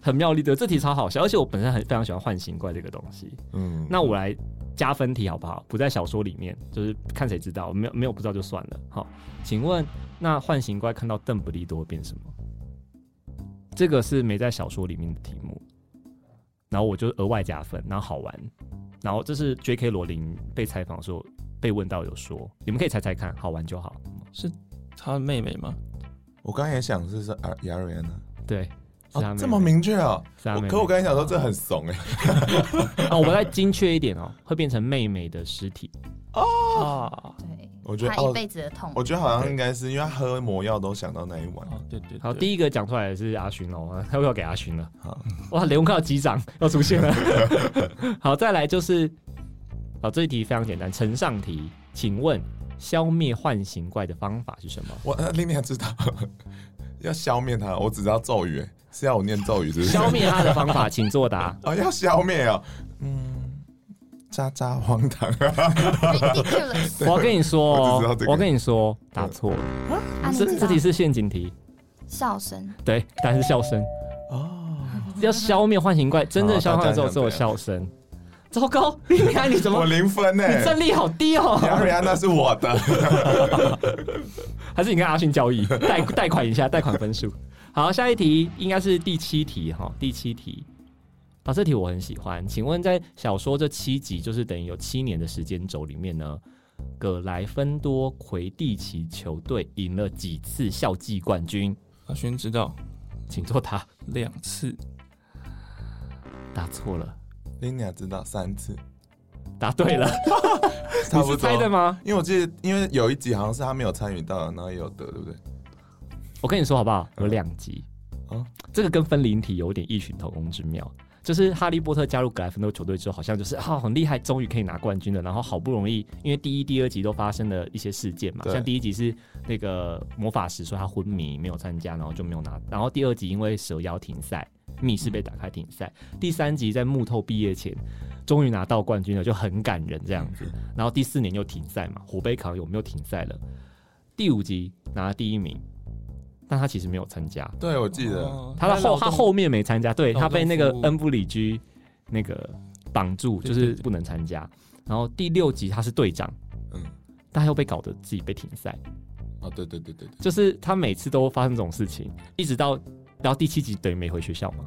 [SPEAKER 1] 很妙丽的。这题超好笑，而且我本身很非常喜欢幻形怪这个东西。
[SPEAKER 2] 嗯，
[SPEAKER 1] 那我来加分题好不好？不在小说里面，就是看谁知道，没有没有不知道就算了。好，请问那幻形怪看到邓布利多会变什么？这个是没在小说里面的题目，然后我就额外加分，然后好玩，然后这是 J.K. 罗琳被采访的时候被问到有说，你们可以猜猜看，好玩就好。
[SPEAKER 5] 他妹妹嘛，
[SPEAKER 2] 我刚刚也想是是啊，雅瑞安呢？
[SPEAKER 1] 对，是他妹
[SPEAKER 2] 哦
[SPEAKER 1] 妹
[SPEAKER 2] 这么，明确哦。
[SPEAKER 1] 是他
[SPEAKER 2] 我
[SPEAKER 1] 妹妹
[SPEAKER 2] 可我刚才想说这很怂哎。
[SPEAKER 1] 啊，我再精确一点哦，会变成妹妹的尸体。
[SPEAKER 5] 啊，
[SPEAKER 3] 对，
[SPEAKER 2] 我觉得
[SPEAKER 3] 他一
[SPEAKER 2] 哦，
[SPEAKER 3] 辈子的痛。
[SPEAKER 2] 我觉得好像应该是因为他喝魔药都想到那一晚。
[SPEAKER 5] 哦，对对，
[SPEAKER 1] 好，
[SPEAKER 5] 对
[SPEAKER 1] 第一个讲出来的是阿勋哦， (laughs) 他又要给阿勋了
[SPEAKER 2] 好。
[SPEAKER 1] (laughs) 哇，雷文克要击掌 (laughs) 要出现了。好，再来就是，好这一题非常简单，呈上题，请问消灭幻形怪的方法是什
[SPEAKER 2] (laughs)
[SPEAKER 1] 么？
[SPEAKER 2] 我呃令你还知道要消灭他，我只知道咒语欸，是要我念咒语是不是？
[SPEAKER 1] 消灭它的方法，请作
[SPEAKER 2] (laughs)
[SPEAKER 1] 答。
[SPEAKER 2] 哦，要消灭哦。嗯，渣渣荒唐。啊
[SPEAKER 1] (laughs)
[SPEAKER 3] ridiculous，
[SPEAKER 1] 我要跟你说
[SPEAKER 2] (laughs) 我只知道
[SPEAKER 1] 哦
[SPEAKER 2] 这，
[SPEAKER 1] 我
[SPEAKER 2] 个
[SPEAKER 1] 要跟你说，答错了，
[SPEAKER 3] 啊你
[SPEAKER 1] 这
[SPEAKER 3] 知
[SPEAKER 1] 这
[SPEAKER 3] 道
[SPEAKER 1] 题是陷阱题，
[SPEAKER 3] 笑
[SPEAKER 1] (laughs)
[SPEAKER 3] 声，
[SPEAKER 1] 对，答案是笑声。
[SPEAKER 2] 哦，
[SPEAKER 1] 要消灭幻形怪，真正消灭之后
[SPEAKER 2] 好大家想
[SPEAKER 1] 只有笑声。糟糕，你看你怎
[SPEAKER 2] (laughs) 我
[SPEAKER 1] 么，
[SPEAKER 2] 零分呢哎
[SPEAKER 1] 你？战力好低哦。
[SPEAKER 2] 雅瑞安那是我的。 (laughs)
[SPEAKER 1] 还是你跟阿勋交易， (laughs) 贷贷款一下，贷款分数。好，下一题应该是第七题哈，第七题。啊，这题我很喜欢。请问，在小说这七集，就是等于有七年的时间轴里面呢，葛莱芬多魁地奇球队赢了几次校际冠军？
[SPEAKER 5] 阿勋知道
[SPEAKER 1] 请作答。
[SPEAKER 5] 两次，
[SPEAKER 1] 答错了，
[SPEAKER 2] 令你知道三次，
[SPEAKER 1] 答对了，
[SPEAKER 2] 差
[SPEAKER 1] 你
[SPEAKER 2] 不
[SPEAKER 1] 是
[SPEAKER 2] 多
[SPEAKER 1] 猜。的吗？
[SPEAKER 2] 因为我记得，因为有一集好像是他没有参与到，然后也有得，对不对？
[SPEAKER 1] 我跟你说好不好？有两集，
[SPEAKER 2] 嗯
[SPEAKER 1] 这个跟分灵体有点异曲同工之妙。就是哈利波特加入格莱芬多球队之后，好像就是啊很厉害，终于可以拿冠军了。然后好不容易，因为第一、第二集都发生了一些事件嘛，
[SPEAKER 2] 对
[SPEAKER 1] 像第一集是那个魔法石说他昏迷没有参加，然后就没有拿。然后第二集因为蛇妖停赛，密室被打开停赛。第三集在木头毕业前，终于拿到冠军了，就很感人这样子。然后第四年又停赛嘛，虎杯考有没有停赛了？第五集拿了第一名，但他其实没有参加，
[SPEAKER 2] 对，我记得。
[SPEAKER 5] 哦
[SPEAKER 1] 他的后他
[SPEAKER 5] 在劳动
[SPEAKER 1] 后面没参加，对
[SPEAKER 5] 劳动
[SPEAKER 1] 他被那个
[SPEAKER 5] 服务
[SPEAKER 1] 恩布里居那个绑住，
[SPEAKER 5] 对
[SPEAKER 1] 就是
[SPEAKER 5] 对对
[SPEAKER 1] 不能参加。然后第六集他是队长，
[SPEAKER 2] 嗯，
[SPEAKER 1] 但他又被搞得自己被停赛，
[SPEAKER 2] 哦，对对对对对，
[SPEAKER 1] 就是他每次都发生这种事情，一直到到第七集等于没回学校嘛。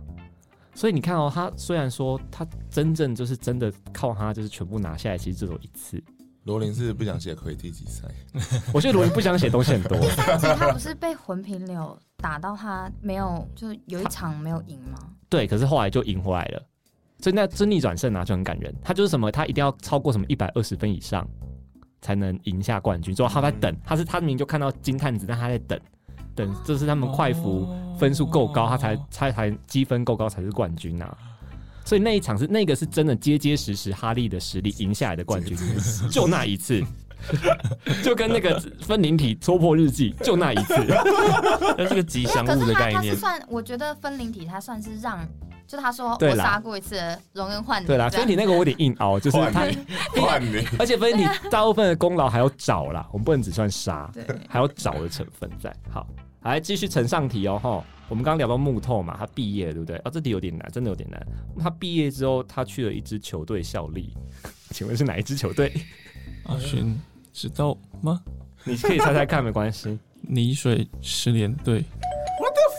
[SPEAKER 1] 所以你看哦，他虽然说他真正就是真的靠他就是全部拿下来，其实只有一次。
[SPEAKER 2] 罗琳是不想写魁地奇赛，
[SPEAKER 1] (laughs) 我觉得罗琳不想写东西很多，
[SPEAKER 3] 但是他不是被魂瓶流打到他没有，就是有一场没有赢吗？
[SPEAKER 1] 对，可是后来就赢回来了，所以那这逆转胜啊就很感人。他就是什么，他一定要超过什么一百二十分以上才能赢下冠军。之后他在等，他是他明明就看到金探子，但他在等，等这是他们快服分数够高，他才才才积分够高才是冠军啊。所以那一场是那个是真的结结实实哈利的实力赢下来的冠军，就那一次。就跟那个分灵体戳破日记就那一
[SPEAKER 5] (laughs)
[SPEAKER 1] 次，
[SPEAKER 5] 那是个吉祥
[SPEAKER 3] 可
[SPEAKER 5] 物
[SPEAKER 3] 是
[SPEAKER 5] 的
[SPEAKER 3] 他
[SPEAKER 5] 概
[SPEAKER 3] 他是
[SPEAKER 5] 念。
[SPEAKER 3] 算，我觉得分灵体他算是让，就他说
[SPEAKER 1] 对
[SPEAKER 3] 我
[SPEAKER 1] 啦
[SPEAKER 3] 杀过一次的容恩换你
[SPEAKER 1] 对啦，
[SPEAKER 3] 这
[SPEAKER 1] 分
[SPEAKER 3] 样
[SPEAKER 1] 体那个我有点硬凹，就是
[SPEAKER 2] 换
[SPEAKER 1] 他，
[SPEAKER 2] 你，换你，
[SPEAKER 1] 而且
[SPEAKER 3] (laughs)
[SPEAKER 1] 分体大部分的功劳还有找啦，我们不能只算杀，
[SPEAKER 3] 对，
[SPEAKER 1] 还有找的成分在。好，来继续呈上题哦吼。我们刚刚聊到木头嘛，他毕业了对不对？啊、这题有点难，真的有点难。他毕业之后，他去了一支球队效力， (laughs) 请问是哪一支球队？
[SPEAKER 5] 阿勋知道吗？
[SPEAKER 1] 你可以猜猜看，没关系。
[SPEAKER 5] 泥水十连队，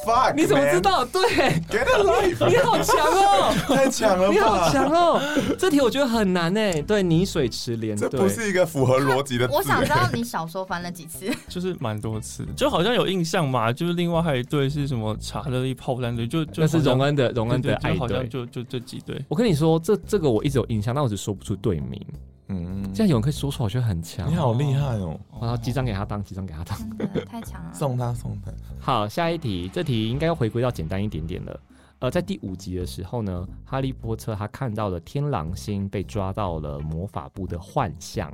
[SPEAKER 2] fuck！
[SPEAKER 1] 你怎么知
[SPEAKER 2] man？
[SPEAKER 1] 道？对，
[SPEAKER 2] ？Get a life！
[SPEAKER 1] 你好强哦！
[SPEAKER 2] 太强了
[SPEAKER 1] 你好
[SPEAKER 2] 吧！
[SPEAKER 1] 强哦！这题我觉得很难哎，对，泥水池连
[SPEAKER 2] 这不
[SPEAKER 1] 队，
[SPEAKER 2] 是一个符合逻辑的字。
[SPEAKER 3] 我想知道你小说翻了几
[SPEAKER 1] (laughs)
[SPEAKER 3] 次，
[SPEAKER 5] 就是蛮多次，就好像有印象嘛。就是另外还有一队是什么查乐利炮弹队，就就
[SPEAKER 1] 那是
[SPEAKER 5] 好像
[SPEAKER 1] 荣恩的荣恩
[SPEAKER 5] 对
[SPEAKER 1] 的
[SPEAKER 5] 对
[SPEAKER 1] 爱
[SPEAKER 5] 就好像
[SPEAKER 1] 队。
[SPEAKER 5] 就就这几队。
[SPEAKER 1] 我跟你说，这这个我一直有印象，但我只说不出队名。
[SPEAKER 2] 嗯，
[SPEAKER 1] 现在有人可以说出来，我觉得很强。
[SPEAKER 2] 你好厉害哦！
[SPEAKER 1] 我要击掌给他当，击掌给他当。 (laughs)
[SPEAKER 3] 真的太强了。
[SPEAKER 2] 送他送他，
[SPEAKER 1] 好，下一题，这题应该要回归到简单一点点了。呃，在第五集的时候呢，哈利波特他看到了天狼星被抓到了魔法部的幻象。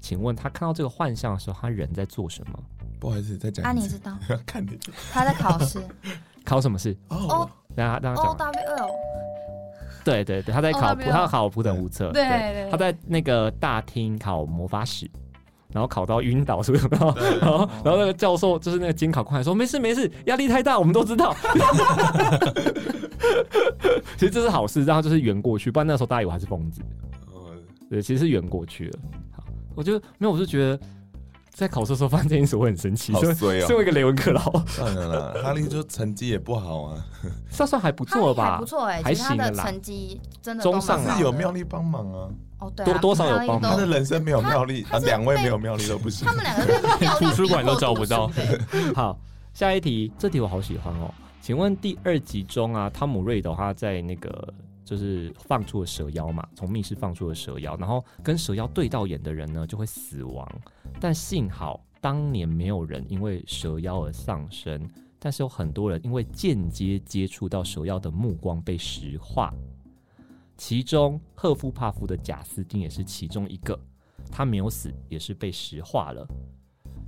[SPEAKER 1] 请问他看到这个幻象的时候，他人在做什么？
[SPEAKER 2] 不好意思，再讲
[SPEAKER 3] 安
[SPEAKER 2] 一
[SPEAKER 3] 妮
[SPEAKER 2] 次
[SPEAKER 3] 啊知。道
[SPEAKER 2] (laughs) 看你
[SPEAKER 3] 他在考试
[SPEAKER 1] 考什么事？
[SPEAKER 2] 哦
[SPEAKER 3] ，O
[SPEAKER 1] 让他让 (laughs) 他
[SPEAKER 3] O
[SPEAKER 1] 讲完。
[SPEAKER 3] W L，
[SPEAKER 1] 对对对，他在
[SPEAKER 3] 哦
[SPEAKER 1] 考
[SPEAKER 3] 那
[SPEAKER 1] 普，
[SPEAKER 3] 边
[SPEAKER 1] 他在考普等无策。
[SPEAKER 3] 对对
[SPEAKER 1] 他在那个大厅考魔法史，然后考到晕倒，是不是？然后然后
[SPEAKER 2] 哦
[SPEAKER 1] 然后那个教授就是那个监考官说：“没事没事，压力太大，我们都知道。” (laughs) 其实这是好事，让他就是圆过去，不然那时候大家以为他是疯子。
[SPEAKER 2] 哦
[SPEAKER 1] 对，其实是圆过去了。好，我就没有，我就觉得在考试的时候发现这件事，我很生气。
[SPEAKER 2] 好
[SPEAKER 1] 身为
[SPEAKER 2] 衰
[SPEAKER 1] 身
[SPEAKER 2] 哦！
[SPEAKER 1] 为一个雷文克劳，
[SPEAKER 2] 算了
[SPEAKER 1] (laughs)
[SPEAKER 2] 啦，哈利就成绩也不好啊，
[SPEAKER 1] 算算还不
[SPEAKER 3] 他
[SPEAKER 1] 错了
[SPEAKER 3] 还
[SPEAKER 1] 吧
[SPEAKER 3] 不？错哎，
[SPEAKER 1] 还
[SPEAKER 3] 其实他的
[SPEAKER 1] 行了啦
[SPEAKER 3] 成绩真的
[SPEAKER 1] 中
[SPEAKER 3] 都蛮
[SPEAKER 1] 上
[SPEAKER 3] 好
[SPEAKER 1] 啦
[SPEAKER 3] 的
[SPEAKER 2] 是有妙丽帮忙啊。
[SPEAKER 3] 哦，对啊，
[SPEAKER 1] 多多少有
[SPEAKER 3] 妙丽
[SPEAKER 1] 帮忙
[SPEAKER 2] 他
[SPEAKER 3] 都
[SPEAKER 2] 的人生没有妙丽
[SPEAKER 3] 他
[SPEAKER 2] 啊，
[SPEAKER 3] 是
[SPEAKER 2] 两位
[SPEAKER 3] 被
[SPEAKER 2] 没有妙丽都不行
[SPEAKER 3] 他。们两个就是妙丽
[SPEAKER 5] 图书馆都找不到
[SPEAKER 3] 逼迫读书
[SPEAKER 1] (laughs)
[SPEAKER 3] 的
[SPEAKER 1] 好，下一题，这题我好喜欢哦。请问第二集中啊，汤姆瑞斗他在那个就是放出了蛇妖嘛，从密室放出了蛇妖，然后跟蛇妖对到眼的人呢就会死亡。但幸好当年没有人因为蛇妖而丧生，但是有很多人因为间接接触到蛇妖的目光被石化。其中，赫夫帕夫的贾斯汀也是其中一个，他没有死，也是被石化了。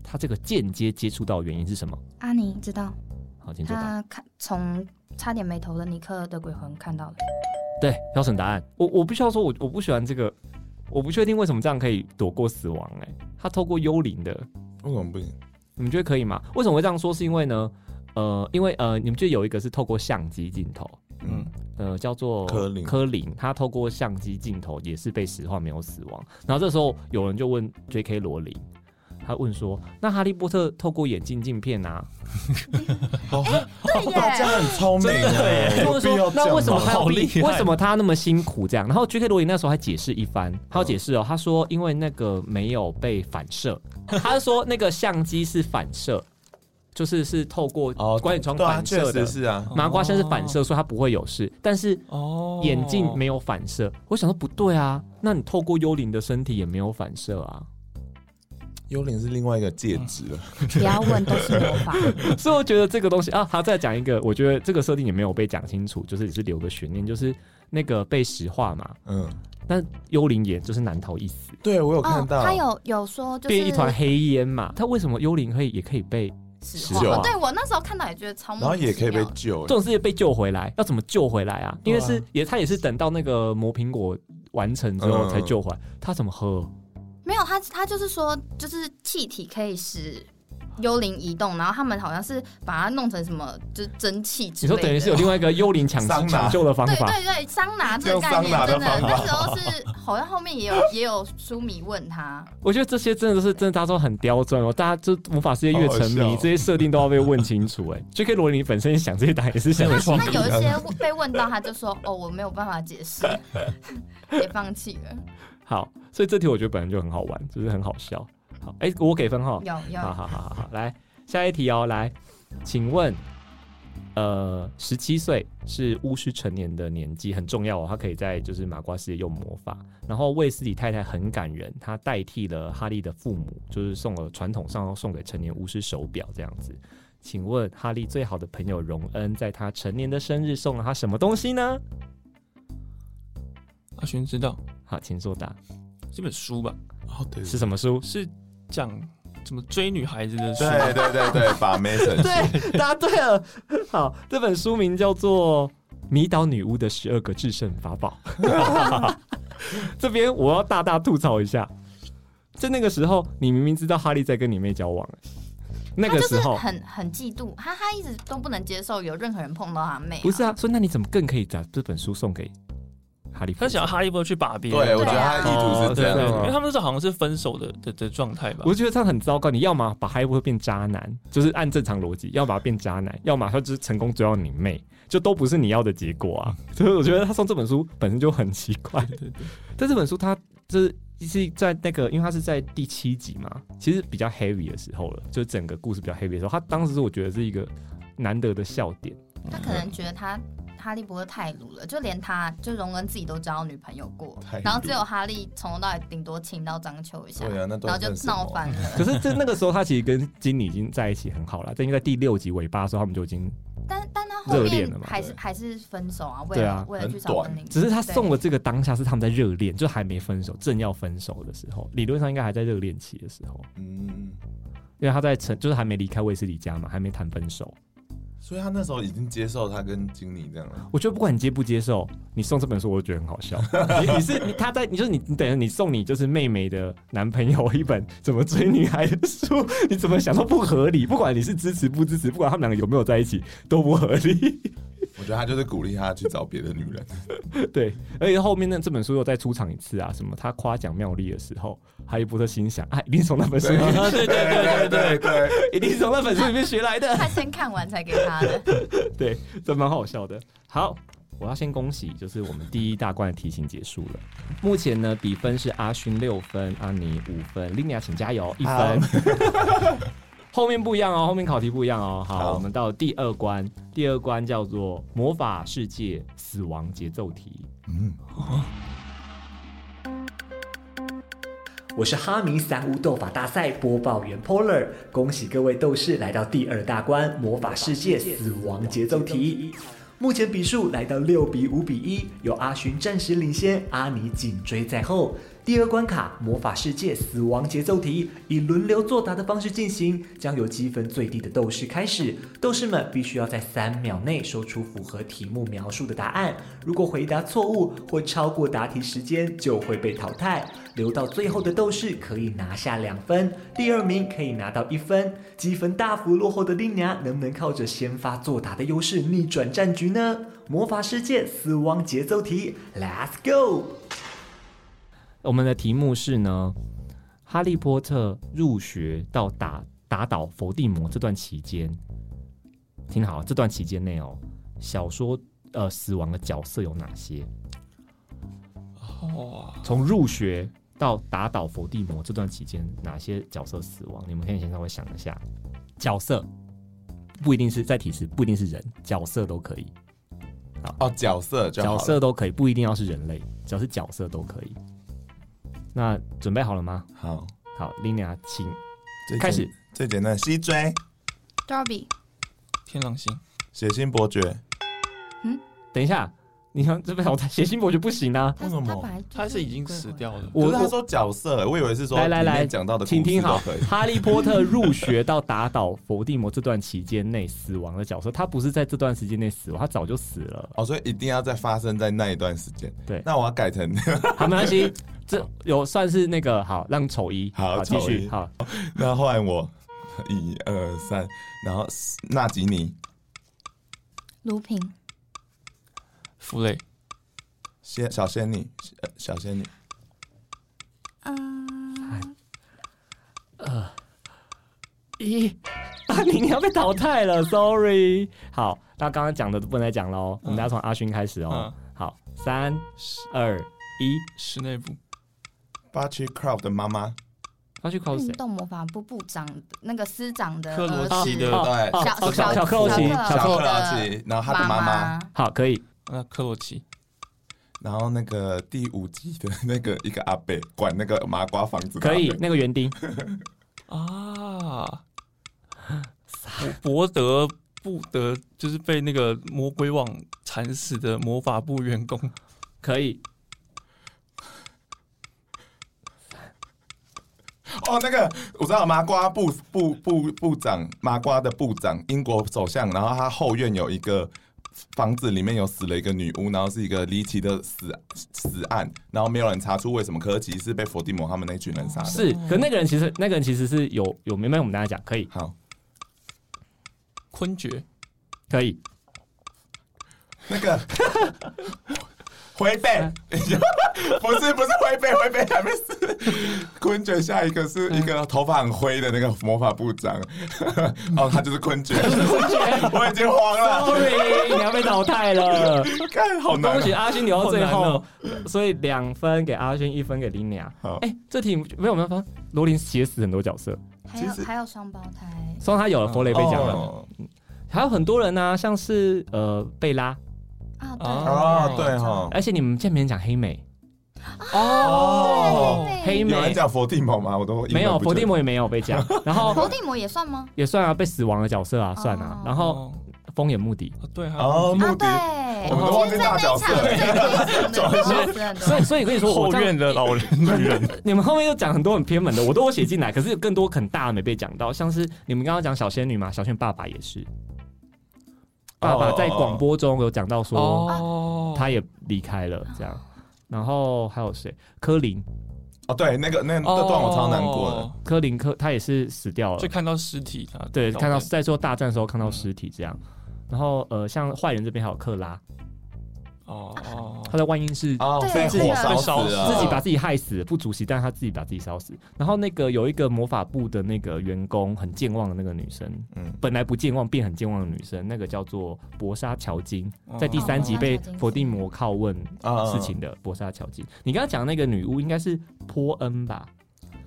[SPEAKER 1] 他这个间接接触到的原因是什么？
[SPEAKER 3] 安妮啊知道，
[SPEAKER 1] 好，请作答。
[SPEAKER 3] 他看从差点没头的尼克的鬼魂看到 (laughs) 的，
[SPEAKER 1] 对，标准答案。我我必须要说，我我不喜欢这个，我不确定为什么这样可以躲过死亡、欸。他透过幽灵的，
[SPEAKER 2] 为什么不行？
[SPEAKER 1] 你们觉得可以吗？为什么会这样说？是因为呢，呃，因为呃，你们觉得有一个是透过相机镜头，
[SPEAKER 2] 嗯，
[SPEAKER 1] 呃，叫做
[SPEAKER 2] 柯林
[SPEAKER 1] 柯林，他透过相机镜头也是被石化，没有死亡。然后这时候有人就问 J.K. 罗琳，他问说：“那哈利波特透过眼镜镜片啊，
[SPEAKER 3] 哎
[SPEAKER 2] 哦
[SPEAKER 3] 对
[SPEAKER 2] 大家
[SPEAKER 3] 耶，
[SPEAKER 2] 很聪明耶，有
[SPEAKER 1] 就
[SPEAKER 2] 哎必
[SPEAKER 1] 说
[SPEAKER 2] 要这
[SPEAKER 1] 那为
[SPEAKER 2] 样
[SPEAKER 1] 什么
[SPEAKER 2] 吗？
[SPEAKER 1] 他要
[SPEAKER 5] 好
[SPEAKER 1] 逼
[SPEAKER 5] 厉害
[SPEAKER 1] 为什么他那么辛苦这样？然后 J.K. 罗琳那时候还解释一番，他要解释哦，他说因为那个没有被反射，他说那个相机是反射，就是是透过
[SPEAKER 2] 哦
[SPEAKER 1] 观影窗
[SPEAKER 2] 对啊，
[SPEAKER 1] 反
[SPEAKER 2] 确
[SPEAKER 1] 射的
[SPEAKER 2] 实，是啊，
[SPEAKER 1] 麻瓜像是反射，所以他不会有事，但是
[SPEAKER 5] 哦，
[SPEAKER 1] 眼镜没有反射。我想说不对啊，那你透过幽灵的身体也没有反射啊， (laughs)
[SPEAKER 2] 幽灵是另外一个戒指了。
[SPEAKER 3] 不要问都是魔法，
[SPEAKER 1] 所以我觉得这个东西啊，好，再讲一个，我觉得这个设定也没有被讲清楚，就是只是留个悬念，就是那个被石化嘛。
[SPEAKER 2] 嗯，
[SPEAKER 1] 但幽灵也就是难逃一死，
[SPEAKER 2] 对我有看到，
[SPEAKER 3] 哦他有有说就是
[SPEAKER 1] 变一团黑烟嘛。他为什么幽灵可以也可以被
[SPEAKER 3] 实
[SPEAKER 2] 石
[SPEAKER 3] 话，
[SPEAKER 2] 化
[SPEAKER 3] 哦对我那时候看到也觉得超莫
[SPEAKER 2] 然后
[SPEAKER 3] 名
[SPEAKER 2] 也
[SPEAKER 3] 其
[SPEAKER 2] 可以
[SPEAKER 3] 妙的，
[SPEAKER 2] 被救
[SPEAKER 1] 这。种事被救回来？要怎么救回来啊？因为
[SPEAKER 2] 对
[SPEAKER 1] 是
[SPEAKER 2] 啊
[SPEAKER 1] 也他也是等到那个磨苹果完成之后
[SPEAKER 2] 嗯
[SPEAKER 1] 才救回来。他怎么喝？
[SPEAKER 3] 没有，他他就是说，就是气体可以使幽灵移动，然后他们好像是把它弄成什么，就是蒸汽之
[SPEAKER 1] 你说
[SPEAKER 3] 类的。
[SPEAKER 1] 等于是有另外一个幽灵抢
[SPEAKER 2] 桑拿
[SPEAKER 1] 抢救的方
[SPEAKER 3] (laughs) 对
[SPEAKER 1] 法？
[SPEAKER 3] 对对，桑拿这个概念
[SPEAKER 2] 用桑拿的
[SPEAKER 3] 真的，
[SPEAKER 2] 方法
[SPEAKER 3] 那时候是好像后面也有也有书迷问他，
[SPEAKER 1] 我觉得这些真的是真的，大家都很刁钻哦。大家就魔法世界越沉
[SPEAKER 2] 好好
[SPEAKER 1] 迷，
[SPEAKER 2] 笑哦
[SPEAKER 1] 这些设定都要被问清楚。
[SPEAKER 2] (laughs)
[SPEAKER 1] 哎，J.K. 罗琳本身想这些答案也是想
[SPEAKER 5] 很
[SPEAKER 1] 得
[SPEAKER 5] 有
[SPEAKER 1] 清
[SPEAKER 5] 创
[SPEAKER 3] 那
[SPEAKER 5] 意
[SPEAKER 3] 有一些被问到，他就说哦，我没有办法解释，也放弃了。
[SPEAKER 1] 好，所以这题我觉得本来就很好玩，就是很好笑。好，哎，我给分哈。
[SPEAKER 3] 有有
[SPEAKER 1] 好好好好好，来下一题哦，来，请问，呃，十七岁是巫师成年的年纪，很重要哦，他可以在就是麻瓜世界用魔法。然后卫斯理太太很感人，她代替了哈利的父母，就是送了传统上送给成年巫师手表这样子。请问哈利最好的朋友荣恩，在他成年的生日送了他什么东西呢？
[SPEAKER 5] 阿勋知道
[SPEAKER 1] 好，请作答。
[SPEAKER 5] 这本书吧？
[SPEAKER 2] 哦，对，
[SPEAKER 1] 是什么书？
[SPEAKER 5] 是讲怎么追女孩子的书，
[SPEAKER 2] 对对对对，把 Mason
[SPEAKER 1] (laughs) 对，答对了。好，这本书名叫做《迷倒女巫的十二个制胜法宝》。 (laughs) 这边我要大大吐槽一下，在那个时候，你明明知道哈利在跟你妹交往，那
[SPEAKER 3] 他
[SPEAKER 1] 个
[SPEAKER 3] 就
[SPEAKER 1] 时
[SPEAKER 3] 是
[SPEAKER 1] 候
[SPEAKER 3] 很很嫉妒，他他一直都不能接受有任何人碰到他妹、
[SPEAKER 1] 不是，啊，所以那你怎么更可以把这本书送给哈利波特？
[SPEAKER 5] 他想要哈利波特去把别人，
[SPEAKER 2] 对，我觉得
[SPEAKER 3] 对
[SPEAKER 2] 他
[SPEAKER 3] 啊
[SPEAKER 2] 的意图是这
[SPEAKER 1] 哦
[SPEAKER 2] 样
[SPEAKER 1] 对
[SPEAKER 5] 因
[SPEAKER 1] 对
[SPEAKER 2] 的。
[SPEAKER 5] 为他们那时候好像是分手的的的状态吧。
[SPEAKER 1] 我觉得这样很糟糕。你要么把哈利波特变渣男，就是按正常逻辑，要么变渣男，要么他就是成功追到你妹，就都不是你要的结果
[SPEAKER 5] (laughs)
[SPEAKER 1] 啊。所以我觉得他送这本书本身就很奇怪。
[SPEAKER 5] 对对，
[SPEAKER 1] 但这本书它就是是在那个，因为它是在第七集嘛，其实比较 heavy 的时候了，就整个故事比较 heavy 的时候，它当时我觉得是一个难得的笑点。
[SPEAKER 3] 他可能觉得他哈利波特太鲁了，就连他就荣恩自己都交女朋友过
[SPEAKER 2] 太，鲁
[SPEAKER 3] 然后只有哈利从头到尾顶多亲到张秋一下，
[SPEAKER 2] 对啊，那都
[SPEAKER 3] 然后就闹翻
[SPEAKER 1] (laughs)
[SPEAKER 3] 了。
[SPEAKER 1] 可是在那个时候，他其实跟金妮已经在一起很好了，但因为在第六集尾巴的时候，他们就已经
[SPEAKER 3] 但但他后
[SPEAKER 1] 热恋
[SPEAKER 3] 面
[SPEAKER 1] 了嘛
[SPEAKER 3] 还是
[SPEAKER 2] 对
[SPEAKER 3] 还是分手啊，为
[SPEAKER 1] 对
[SPEAKER 3] 了、
[SPEAKER 1] 啊
[SPEAKER 3] 为了去
[SPEAKER 2] 很
[SPEAKER 3] 找
[SPEAKER 2] 短
[SPEAKER 3] 温玲，
[SPEAKER 1] 只是他
[SPEAKER 3] 对
[SPEAKER 1] 送了这个当下是他们在热恋，就还没分手，正要分手的时候，理论上应该还在热恋期的时候，
[SPEAKER 2] 嗯，
[SPEAKER 1] 因为他在成就是还没离开卫斯理家嘛，还没谈分手。
[SPEAKER 2] 所以他那时候已经接受他跟经理这样了。
[SPEAKER 1] 我觉得不管你接不接受，你送这本书，我都觉得很好笑。你你是你他在你就是你你等于你送你就是妹妹的男朋友一本怎么追女孩的书，你怎么想都不合理。不管你是支持不支持，不管他们两个有没有在一起，都不合理。
[SPEAKER 2] 我觉得他就是鼓励他去找别的女人。
[SPEAKER 1] 对，而且后面那这本书又再出场一次啊，什么他夸奖妙丽的时候，哈利波特心想，哎、一定从那本书里面，
[SPEAKER 5] 啊对对对对 (laughs) 对，
[SPEAKER 2] 对，
[SPEAKER 1] (laughs) 一定是从那本书里面学来的。
[SPEAKER 3] (laughs) 他先看完才给他的。
[SPEAKER 1] (laughs) 对，这蛮好笑的。好，我要先恭喜，就是我们第一大关的题型结束了。目前呢，比分是阿勋六分，阿尼五分，琳雅请加油一分。 (laughs) 后面不一样哦，后面考题不一样哦。好，
[SPEAKER 2] 好
[SPEAKER 1] 我们到第二关，第二关叫做魔法世界死亡节奏题。
[SPEAKER 2] 嗯，
[SPEAKER 4] 我是哈迷三巫斗法大赛播报员 Polar，恭喜各位斗士来到第二大关魔法世界死亡节奏题。目前比数来到六比五比一，由阿勋暂时领先，阿尼紧追在后。第二关卡魔法世界死亡节奏题以轮流作答的方式进行，将由积分最低的斗士开始。斗士们必须要在三秒内说出符合题目描述的答案，如果回答错误或超过答题时间，就会被淘汰。留到最后的斗士可以拿下两分，第二名可以拿到一分。积分大幅落后的令娘能不能靠着先发作答的优势逆转战局呢？魔法世界死亡节奏题，Let's go！
[SPEAKER 1] 我们的题目是呢，哈利波特入学到打打倒伏地魔这段期间，听好，这段期间内哦，小说呃死亡的角色有哪些？
[SPEAKER 5] 哇，
[SPEAKER 1] 从入学到打倒伏地魔这段期间，哪些角色死亡？你们可以先稍微想一下，角色不一定是在提示，不一定是人，角色都可以，
[SPEAKER 2] (laughs) 哦，角色就好
[SPEAKER 1] 角
[SPEAKER 2] 了
[SPEAKER 1] 色都可以，不一定要是人类，只要是角色都可以。那准备好了吗？
[SPEAKER 2] 好，
[SPEAKER 1] 好，Lina，请
[SPEAKER 2] 最简
[SPEAKER 1] 开始。
[SPEAKER 2] 最简单，西追，
[SPEAKER 3] (laughs) Darby，
[SPEAKER 5] 天狼星，
[SPEAKER 2] 血腥伯爵，
[SPEAKER 1] 等一下，你看这边我在写信伯爵不行啊！
[SPEAKER 3] 他
[SPEAKER 2] 为什么
[SPEAKER 3] 他本来就是
[SPEAKER 5] 他是已经死掉了，
[SPEAKER 1] 我
[SPEAKER 2] 可是他说角色，我以为是说
[SPEAKER 1] 来来来
[SPEAKER 2] 里面讲到的，
[SPEAKER 1] 请听好，
[SPEAKER 2] 可以
[SPEAKER 1] 《哈利波特》入学到打倒伏地魔这段期间内死亡的角色，他不是在这段时间内死亡，他早就死了。
[SPEAKER 2] 哦，所以一定要在发生在那一段时间。
[SPEAKER 1] 对
[SPEAKER 2] 那我要改成
[SPEAKER 1] 好，没关系，这有算是那个好，让丑一
[SPEAKER 2] 好
[SPEAKER 1] 继
[SPEAKER 2] 丑
[SPEAKER 1] 续
[SPEAKER 2] 一
[SPEAKER 1] 好。
[SPEAKER 2] (laughs) 那换我，一二三，然后纳吉尼、
[SPEAKER 3] 卢平、
[SPEAKER 5] 弗雷，
[SPEAKER 2] 仙小仙女、呃小仙女，
[SPEAKER 1] 咦，阿宁你要被淘汰了，sorry。好，那刚刚讲的不能再讲喽，我们大家从阿勋开始哦。好，三二一，
[SPEAKER 5] 嗯室内部，
[SPEAKER 2] 巴奇 Croft 的妈妈，
[SPEAKER 1] 他去
[SPEAKER 5] 哦
[SPEAKER 1] call
[SPEAKER 3] 运
[SPEAKER 1] 谁？
[SPEAKER 3] 动魔法部部长那个司长的
[SPEAKER 5] 克罗
[SPEAKER 3] 儿
[SPEAKER 5] 奇
[SPEAKER 3] 子
[SPEAKER 5] 的
[SPEAKER 1] 哦
[SPEAKER 2] 对，
[SPEAKER 1] 哦
[SPEAKER 3] 小
[SPEAKER 1] 哦小
[SPEAKER 3] 小
[SPEAKER 1] 小克洛奇，
[SPEAKER 3] 小
[SPEAKER 1] 小克
[SPEAKER 2] 小
[SPEAKER 1] 洛
[SPEAKER 2] 克劳奇，然后他的妈妈，
[SPEAKER 3] 妈，
[SPEAKER 1] 好可以。
[SPEAKER 5] 那啊克洛奇，
[SPEAKER 2] 然后那个第五季的那个一个阿伯管那个麻瓜房子的
[SPEAKER 1] 可
[SPEAKER 2] 阿伯，
[SPEAKER 1] 以，那个园丁，
[SPEAKER 5] 啊，博德不得就是被那个魔鬼网缠死的魔法部 (laughs) 员工
[SPEAKER 1] 可以。
[SPEAKER 2] 哦，那个我知道麻瓜部部部部长，麻瓜的部长，英国首相，然后他后院有一个房子，里面有死了一个女巫，然后是一个离奇的死死案，然后没有人查出为什么，可是其实是被伏地魔他们那群人杀的。
[SPEAKER 1] 是，可那个人其实那个人其实是有有明白我们大家讲，可以
[SPEAKER 2] 好，
[SPEAKER 5] 昆爵，
[SPEAKER 1] 可以，
[SPEAKER 2] 那个 (laughs) 回北， (laughs) 不是不是回北，回北还没死。昆爵下一个是
[SPEAKER 1] 嗯
[SPEAKER 2] 一个头发很灰的那个魔法部长， (laughs) 哦，他就是昆爵， (laughs) 我已经
[SPEAKER 1] (laughs) 哦
[SPEAKER 2] 慌了，
[SPEAKER 1] sorry，你要被淘汰了。
[SPEAKER 2] 看好啊 (laughs) 难
[SPEAKER 1] 恭喜
[SPEAKER 2] 哦。
[SPEAKER 1] 阿勋留到最
[SPEAKER 5] 好难
[SPEAKER 1] 后
[SPEAKER 5] 哦，
[SPEAKER 1] 所以两分给阿勋，一分给林雅。
[SPEAKER 2] 好哦
[SPEAKER 1] 哎，这题没有办法，罗琳写死很多角色，
[SPEAKER 3] 还
[SPEAKER 2] 其
[SPEAKER 3] 有
[SPEAKER 2] 实
[SPEAKER 3] 还有双胞胎，
[SPEAKER 1] 虽然他有了佛雷被讲了，
[SPEAKER 2] 哦
[SPEAKER 1] 还有很多人呢，像是呃贝拉，
[SPEAKER 3] 啊
[SPEAKER 2] 哦，
[SPEAKER 5] 哦
[SPEAKER 2] 对哈，
[SPEAKER 1] 而且你们见没人讲黑莓，
[SPEAKER 2] 哦
[SPEAKER 3] 对
[SPEAKER 1] 黑
[SPEAKER 2] 有人
[SPEAKER 1] 莓
[SPEAKER 2] 讲伏地魔吗？我都
[SPEAKER 1] 没有，佛地
[SPEAKER 2] 魔
[SPEAKER 1] 魔也没有被
[SPEAKER 2] (laughs)
[SPEAKER 1] 讲，然
[SPEAKER 3] 伏
[SPEAKER 1] 后
[SPEAKER 3] 地魔也算吗？
[SPEAKER 1] 也算啊，被死亡的角色啊，算啊
[SPEAKER 3] 哦，
[SPEAKER 1] 然后
[SPEAKER 5] 哦，
[SPEAKER 1] 风眼
[SPEAKER 2] (laughs)
[SPEAKER 1] 目的，
[SPEAKER 5] 哦对，还有
[SPEAKER 2] 哦，
[SPEAKER 3] 啊，
[SPEAKER 2] 目
[SPEAKER 3] 对
[SPEAKER 2] 的，我们都忘记
[SPEAKER 3] 今天
[SPEAKER 2] 大
[SPEAKER 3] 在
[SPEAKER 2] 角色
[SPEAKER 3] 那场最悲惨的角色很多
[SPEAKER 1] 所以所以我跟你说，我
[SPEAKER 5] 后
[SPEAKER 1] 这样
[SPEAKER 5] 院的老人女人，
[SPEAKER 1] 你们后面又讲很多很偏门的，我都有写进来，可是有更多很大的没被讲到，像是你们刚刚讲小仙女嘛，小仙女爸爸也是，爸爸在广播中有讲到说
[SPEAKER 5] (laughs) 哦
[SPEAKER 1] 他也离开了这样，然后还有谁？柯林，
[SPEAKER 2] 哦，对，那个那那段
[SPEAKER 1] 哦
[SPEAKER 2] 我超难过的。
[SPEAKER 1] 柯林柯他也是死掉
[SPEAKER 5] 就
[SPEAKER 1] 了，
[SPEAKER 5] 看到尸体啊，
[SPEAKER 1] 对，看到
[SPEAKER 5] 尸
[SPEAKER 1] 在做大战的时候看到尸体这样，然后呃，像坏人这边还有克拉，
[SPEAKER 5] 哦哦，
[SPEAKER 1] 他在万应室
[SPEAKER 2] 哦，
[SPEAKER 3] 对
[SPEAKER 2] 被
[SPEAKER 3] 这
[SPEAKER 2] 火
[SPEAKER 3] 个
[SPEAKER 2] 烧死了，
[SPEAKER 1] 自己把自己害死，不足惜，但是他自己把自己烧死。然后那个有一个魔法部的那个员工，很健忘的那个女生，
[SPEAKER 2] 嗯，
[SPEAKER 1] 本来不健忘变很健忘的女生，那个叫做博莎乔金，
[SPEAKER 5] 哦
[SPEAKER 1] 在第三集被
[SPEAKER 3] 哦博莎乔金
[SPEAKER 1] 伏地魔拷问
[SPEAKER 2] 啊
[SPEAKER 1] 事情的博莎乔金。你刚刚讲那个女巫应该是波恩吧？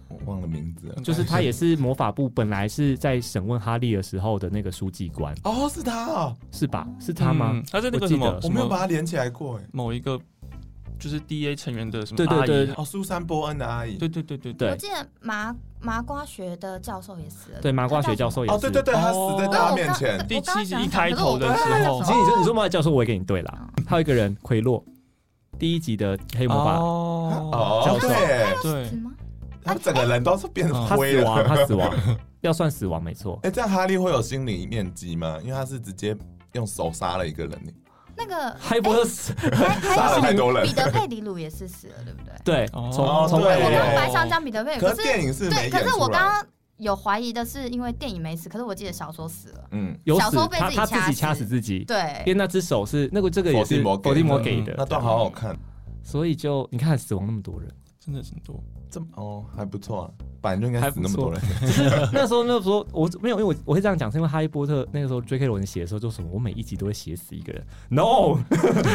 [SPEAKER 2] 我忘了名字了。
[SPEAKER 1] 就是她也是魔法部本来是在审问哈利的时候的那个书记官，
[SPEAKER 2] 哦，是他哦，
[SPEAKER 1] 是吧？是她吗？
[SPEAKER 5] 嗯他在那
[SPEAKER 1] 我
[SPEAKER 5] 个
[SPEAKER 1] 记
[SPEAKER 5] 什么
[SPEAKER 1] 得，
[SPEAKER 2] 我
[SPEAKER 5] 什
[SPEAKER 2] 没有把
[SPEAKER 5] 么
[SPEAKER 2] 它连起来过哎。
[SPEAKER 5] 某一个就是 D A 成员的什么
[SPEAKER 1] 对对
[SPEAKER 5] 阿姨
[SPEAKER 1] 对
[SPEAKER 2] 哦，苏珊·波恩的阿姨。
[SPEAKER 5] 对对对对 (laughs) 对，
[SPEAKER 3] 我
[SPEAKER 1] 对
[SPEAKER 3] 记得麻麻瓜学的教授也死了，
[SPEAKER 1] 对，麻瓜学教授也是。
[SPEAKER 2] 哦，对对对，他死在
[SPEAKER 3] 哦，
[SPEAKER 2] 大家
[SPEAKER 3] 我
[SPEAKER 2] 面
[SPEAKER 3] 刚
[SPEAKER 2] 前
[SPEAKER 3] 我。
[SPEAKER 5] 第
[SPEAKER 3] 刚
[SPEAKER 5] 七集
[SPEAKER 3] 想
[SPEAKER 5] 一
[SPEAKER 3] 想
[SPEAKER 5] 开
[SPEAKER 3] 可是
[SPEAKER 5] 头
[SPEAKER 3] 我
[SPEAKER 5] 的
[SPEAKER 3] 刚刚
[SPEAKER 5] 时
[SPEAKER 3] 想
[SPEAKER 5] 候
[SPEAKER 1] 其实你说你说魔法教授，我也给你对了。哦还有一个人奎洛，第一集的黑魔法，
[SPEAKER 5] 哦，
[SPEAKER 2] 哦，
[SPEAKER 1] 教授
[SPEAKER 2] 对，
[SPEAKER 3] (laughs)
[SPEAKER 5] 对
[SPEAKER 3] 死，吗？
[SPEAKER 2] 他整个人都是变
[SPEAKER 1] 哦他
[SPEAKER 2] 灰
[SPEAKER 1] 死亡，
[SPEAKER 2] 了。
[SPEAKER 1] 他死亡， (laughs) 要算死亡没错。
[SPEAKER 2] (laughs) 哎，这样哈利会有心理面积吗？因为他是直接用手杀了一个人，
[SPEAKER 3] 那个
[SPEAKER 1] 还不是死
[SPEAKER 3] 还还
[SPEAKER 2] 杀了
[SPEAKER 3] 有
[SPEAKER 2] 太多人
[SPEAKER 3] 彼。得佩里鲁也是死了，对不对？
[SPEAKER 1] 对，
[SPEAKER 5] 哦
[SPEAKER 1] 从从
[SPEAKER 2] 对
[SPEAKER 1] 外
[SPEAKER 3] 我刚
[SPEAKER 1] 面
[SPEAKER 3] 刚本来想讲彼得佩里，
[SPEAKER 2] 可
[SPEAKER 3] 哎可
[SPEAKER 2] 是
[SPEAKER 3] 是
[SPEAKER 2] 电影是没
[SPEAKER 3] 对，可
[SPEAKER 2] 演
[SPEAKER 3] 是
[SPEAKER 2] 出
[SPEAKER 3] 我刚
[SPEAKER 2] 来。
[SPEAKER 3] 刚有怀疑的是，因为电影没死，可是我记得小说死了。
[SPEAKER 2] 嗯，
[SPEAKER 1] 有
[SPEAKER 3] 小
[SPEAKER 1] 死
[SPEAKER 3] 时候被
[SPEAKER 1] 他
[SPEAKER 3] 自己
[SPEAKER 1] 他自己掐
[SPEAKER 3] 掐死
[SPEAKER 1] 死自己，因为
[SPEAKER 3] 对，
[SPEAKER 1] 那只手是那个这个也是
[SPEAKER 2] 伏
[SPEAKER 1] 伏
[SPEAKER 2] 地
[SPEAKER 1] 地
[SPEAKER 2] 魔
[SPEAKER 1] 魔
[SPEAKER 2] 给
[SPEAKER 1] 给
[SPEAKER 5] 的
[SPEAKER 1] 的
[SPEAKER 2] 那，段好好看。
[SPEAKER 1] 所以就你看死亡那么多人，
[SPEAKER 5] 真的很多，
[SPEAKER 2] 这么哦，还不错啊，本来就应该
[SPEAKER 1] 还
[SPEAKER 2] 死
[SPEAKER 1] 不
[SPEAKER 2] 那么多人。
[SPEAKER 1] 那时候那时候我没有，因为我我会这样讲，是因为哈利波特那个时候 J.K. 罗琳写的时候，就什么我每一集都会写死一个人，No，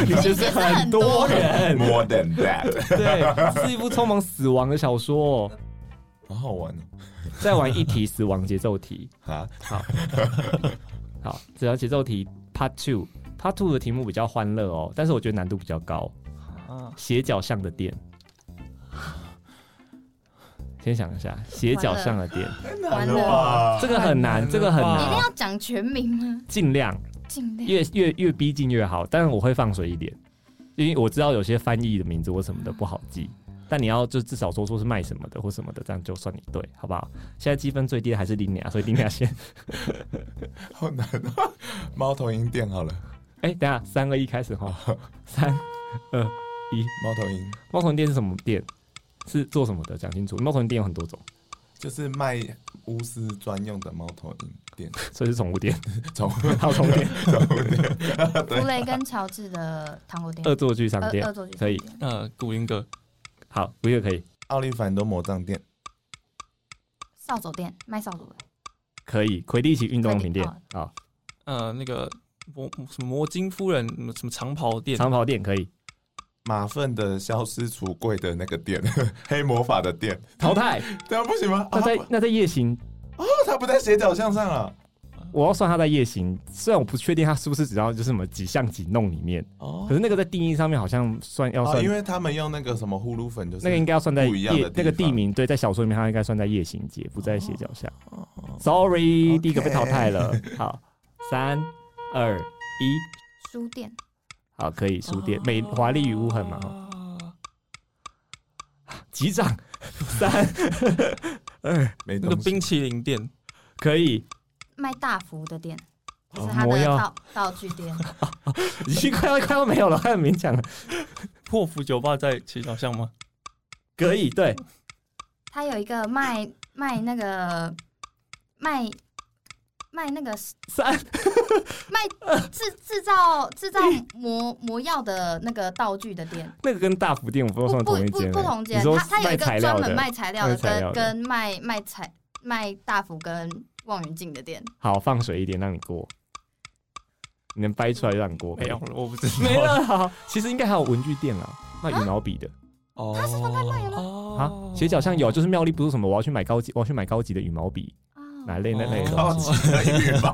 [SPEAKER 1] 你其实很多人，
[SPEAKER 2] More than
[SPEAKER 1] (laughs)
[SPEAKER 2] that，
[SPEAKER 1] 对，是一部充满死亡的小说、哦
[SPEAKER 2] 好好玩哦。
[SPEAKER 1] 再玩一题死亡节奏题，
[SPEAKER 2] 啊，
[SPEAKER 1] 好，死亡节奏题 Part Two。Part Two 的题目比较欢乐哦，但是我觉得难度比较高。
[SPEAKER 5] 啊，
[SPEAKER 1] 斜角巷的店，先想一下，斜角巷的店，
[SPEAKER 3] 完
[SPEAKER 2] 了
[SPEAKER 3] 了，
[SPEAKER 2] 吧
[SPEAKER 1] 这个很难，这个很
[SPEAKER 5] 太
[SPEAKER 3] 一定
[SPEAKER 1] 难，
[SPEAKER 3] 要讲全名吗？
[SPEAKER 1] 尽量
[SPEAKER 3] 尽量。
[SPEAKER 1] 越越越逼近越好，但是我会放水一点，因为我知道有些翻译的名字或什么的不好记。但你要就至少说出是卖什么的或什么的，这样就算你对，好不好？现在积分最低的还是林雅，所以林雅先。
[SPEAKER 2] 好难啊！ (laughs) 猫头鹰店好了，
[SPEAKER 1] 哎、等一下三二一开始哈，三二一。
[SPEAKER 2] 猫头鹰
[SPEAKER 1] 猫头鹰店是什么店？是做什么的？讲清楚。猫头鹰店有很多种，
[SPEAKER 2] 就是卖巫师专用的猫头鹰店，
[SPEAKER 1] 所以是宠物店，
[SPEAKER 2] 宠物
[SPEAKER 1] (laughs) 还有宠物店、
[SPEAKER 3] 弗雷跟乔治的糖果店，
[SPEAKER 1] 恶作剧商
[SPEAKER 3] 呃 (laughs)
[SPEAKER 1] 店
[SPEAKER 3] 恶作剧
[SPEAKER 1] 可以
[SPEAKER 3] 商店
[SPEAKER 5] 呃，古灵阁
[SPEAKER 1] 好，不也可以，
[SPEAKER 2] 奥利凡多魔杖店，
[SPEAKER 3] 扫帚店卖扫帚的，
[SPEAKER 1] 可以。魁地奇运动用品店
[SPEAKER 3] 魁
[SPEAKER 1] 啊，
[SPEAKER 5] 呃，那个魔什么魔晶夫人，什么什么长袍店，
[SPEAKER 1] 长袍店可以
[SPEAKER 2] 马粪的消失橱柜的那个店，黑魔法的店，
[SPEAKER 1] 淘汰。
[SPEAKER 2] 这样不行吗？
[SPEAKER 1] 那
[SPEAKER 2] 啊，
[SPEAKER 1] 在那在夜行，
[SPEAKER 2] 他不在斜角巷上了。
[SPEAKER 1] 我要算他在夜行，虽然我不确定他是不是只要就是什么几巷几弄里面，
[SPEAKER 2] 哦
[SPEAKER 1] 可是那个在定义上面好像算要
[SPEAKER 2] 哦，
[SPEAKER 1] 算
[SPEAKER 2] 因。为他们用那个什么呼噜粉，就是
[SPEAKER 1] 那个应该要算在
[SPEAKER 2] 不一样的
[SPEAKER 1] 夜
[SPEAKER 2] 地
[SPEAKER 1] 那个地
[SPEAKER 2] 方
[SPEAKER 1] 名，对，在小说里面它应该算在夜行街，不在斜角巷。Sorry，第一个被淘汰了。好，三二一，
[SPEAKER 3] 书店
[SPEAKER 1] 好，可以书
[SPEAKER 3] 哦
[SPEAKER 1] 店美
[SPEAKER 5] 哦
[SPEAKER 1] 华丽与污痕哦嘛？哈
[SPEAKER 5] 啊，
[SPEAKER 1] 击掌，三哎，
[SPEAKER 2] 没
[SPEAKER 5] 那个
[SPEAKER 2] 东西。
[SPEAKER 5] 冰淇淋店，
[SPEAKER 1] 可以，
[SPEAKER 3] 卖大福的店，就
[SPEAKER 1] 哦
[SPEAKER 3] 是他
[SPEAKER 1] 魔
[SPEAKER 3] 的
[SPEAKER 1] 药
[SPEAKER 3] 道道具店。
[SPEAKER 1] 已经快要快要没有了，快要勉强了。
[SPEAKER 5] 破釜酒吧在七角巷吗？
[SPEAKER 1] 可以，对，
[SPEAKER 3] 他有一个卖卖那个卖卖那个
[SPEAKER 1] 三
[SPEAKER 3] 制制造制造魔魔药的那个道具的店，
[SPEAKER 1] 那个跟大福店我不知
[SPEAKER 3] 不
[SPEAKER 1] 道算
[SPEAKER 3] 不
[SPEAKER 1] 同一
[SPEAKER 3] 不
[SPEAKER 1] 间欸，
[SPEAKER 3] 不同间
[SPEAKER 1] 你，说
[SPEAKER 3] 他他有
[SPEAKER 1] 卖
[SPEAKER 3] 一个
[SPEAKER 1] 材料
[SPEAKER 3] 专
[SPEAKER 1] 的
[SPEAKER 3] 门卖材料
[SPEAKER 1] 卖
[SPEAKER 3] 的，
[SPEAKER 1] 材料
[SPEAKER 3] 跟
[SPEAKER 1] 的
[SPEAKER 3] 跟卖卖材卖大福跟望远镜的店。
[SPEAKER 1] 好放水一点让你过，你能掰出来让你过，
[SPEAKER 5] 没有，了，我不知道。
[SPEAKER 1] (laughs) 没了。好，啊其实应该还有文具店啦，卖羽毛笔的
[SPEAKER 5] 哦，它是分开卖的
[SPEAKER 1] 啊斜角巷有，就是妙丽不是什么，我要去买高级，我要去买高级的羽毛笔，哪
[SPEAKER 3] 哦，
[SPEAKER 1] 类那类
[SPEAKER 5] 哦
[SPEAKER 1] 的，
[SPEAKER 2] 高级的羽毛，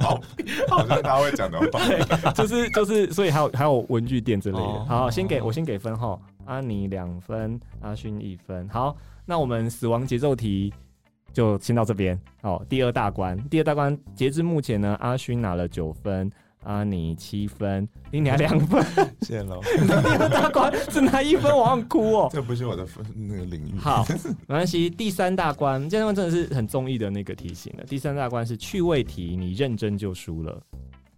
[SPEAKER 2] 好像他会讲的话。
[SPEAKER 1] (laughs) 就是就是，所以还有还有文具店之类的
[SPEAKER 5] 哦。
[SPEAKER 1] 好，先给我先给分哈，安妮两分，阿勋一分。好，那我们死亡节奏题就先到这边。好，第二大关，第二大关截至目前呢，阿勋拿了九分。阿妮七分，你拿两分，
[SPEAKER 2] 谢喽，
[SPEAKER 1] 第二大关只拿一分，我好想哭哦。
[SPEAKER 2] 这不是我的分那个领域。
[SPEAKER 1] (laughs) 好，没关系。第三大关，这关真的是很综艺的那个题型了。第三大关是趣味题，你认真就输了。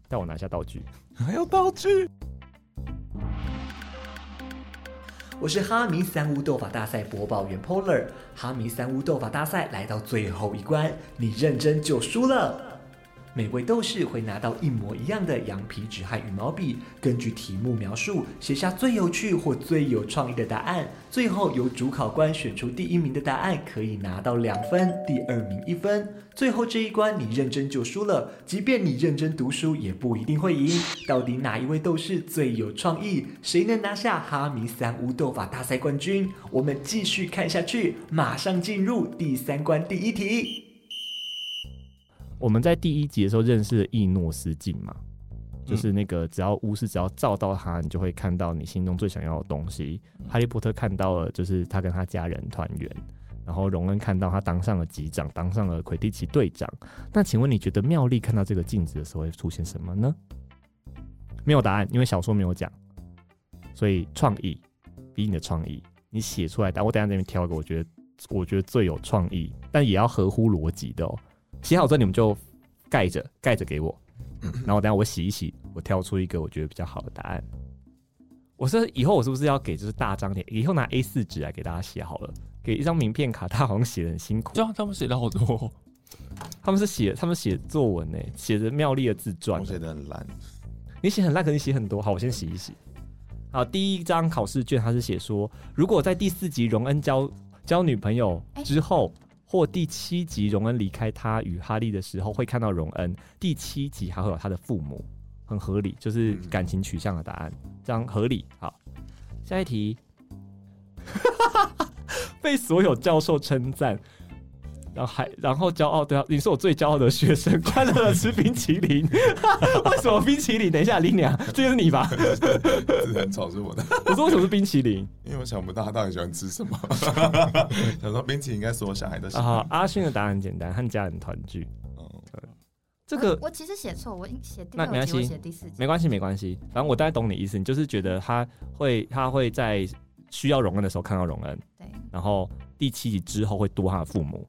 [SPEAKER 1] 但我拿下道具，
[SPEAKER 2] 还有道具，
[SPEAKER 4] 我是哈迷三巫斗法大赛播报员 Polar。哈迷三巫斗法大赛来到最后一关，你认真就输了。每位斗士会拿到一模一样的羊皮纸和羽毛笔，根据题目描述写下最有趣或最有创意的答案。最后由主考官选出第一名的答案，可以拿到两分，第二名一分。最后这一关你认真就输了，即便你认真读书，也不一定会赢。到底哪一位斗士最有创意？谁能拿下哈迷三巫斗法大赛冠军？我们继续看下去，马上进入第三关第一题。
[SPEAKER 1] 我们在第一集的时候认识了易诺斯镜嘛，
[SPEAKER 5] 嗯
[SPEAKER 1] 就是那个只要巫师只要照到他，你就会看到你心中最想要的东西。哈利波特看到了，就是他跟他家人团圆。然后荣恩看到他当上了级长，当上了魁地奇队长。那请问你觉得妙丽看到这个镜子的时候会出现什么呢？没有答案，因为小说没有讲。所以创意，比你的创意，你写出来的。我等一下在那边挑一个，我觉得我觉得最有创意，但也要合乎逻辑的哦。写好之后你们就盖着盖着
[SPEAKER 2] (clears throat)
[SPEAKER 1] 给我，然后等一下我洗一洗，我挑出一个我觉得比较好的答案。我说以后我是不是要给就是大张点？以后拿 A 四纸来给大家写好了，给一张名片卡，他好像写的很辛苦
[SPEAKER 5] 对。啊，他们写的好 (laughs) 多，
[SPEAKER 1] 他们是写他们写作文呢，写着妙丽的自传
[SPEAKER 2] 我。写的很烂。
[SPEAKER 1] 你写很烂，可能写很多。好，我先洗一洗。好，第一张考试卷它是写说，如果在第四集荣恩交交女朋友之后，或第七集荣恩离开他与哈利的时候，会看到荣恩。第七集还会有他的父母，很合理，就是
[SPEAKER 2] 嗯
[SPEAKER 1] 感情取向的答案，这样合理。好，下一题， (laughs) 被所有教授称赞。然后还然后骄傲，对啊，你是我最骄傲的学生，快乐的吃冰淇淋。 (laughs) 为什么冰淇淋？等一下，林娘，这个是你吧？
[SPEAKER 2] 自然草是我的，
[SPEAKER 1] 我说为什么是冰淇淋
[SPEAKER 2] 因为我想不到他到底喜欢吃什么。想说冰淇淋应该是我小孩的喜欢。
[SPEAKER 1] 啊？阿勋的答案很简单，和家人团聚。
[SPEAKER 2] 嗯
[SPEAKER 1] 这个
[SPEAKER 3] 我我其实写错，我写第
[SPEAKER 1] 那
[SPEAKER 3] 六
[SPEAKER 1] 没关
[SPEAKER 3] 集，我
[SPEAKER 1] 系
[SPEAKER 3] 写第四集。
[SPEAKER 1] 没关系，没关系，反正我大概懂你意思，你就是觉得他会他会在需要荣恩的时候看到荣恩，
[SPEAKER 3] 对，
[SPEAKER 1] 然后第七集之后会多他的父母。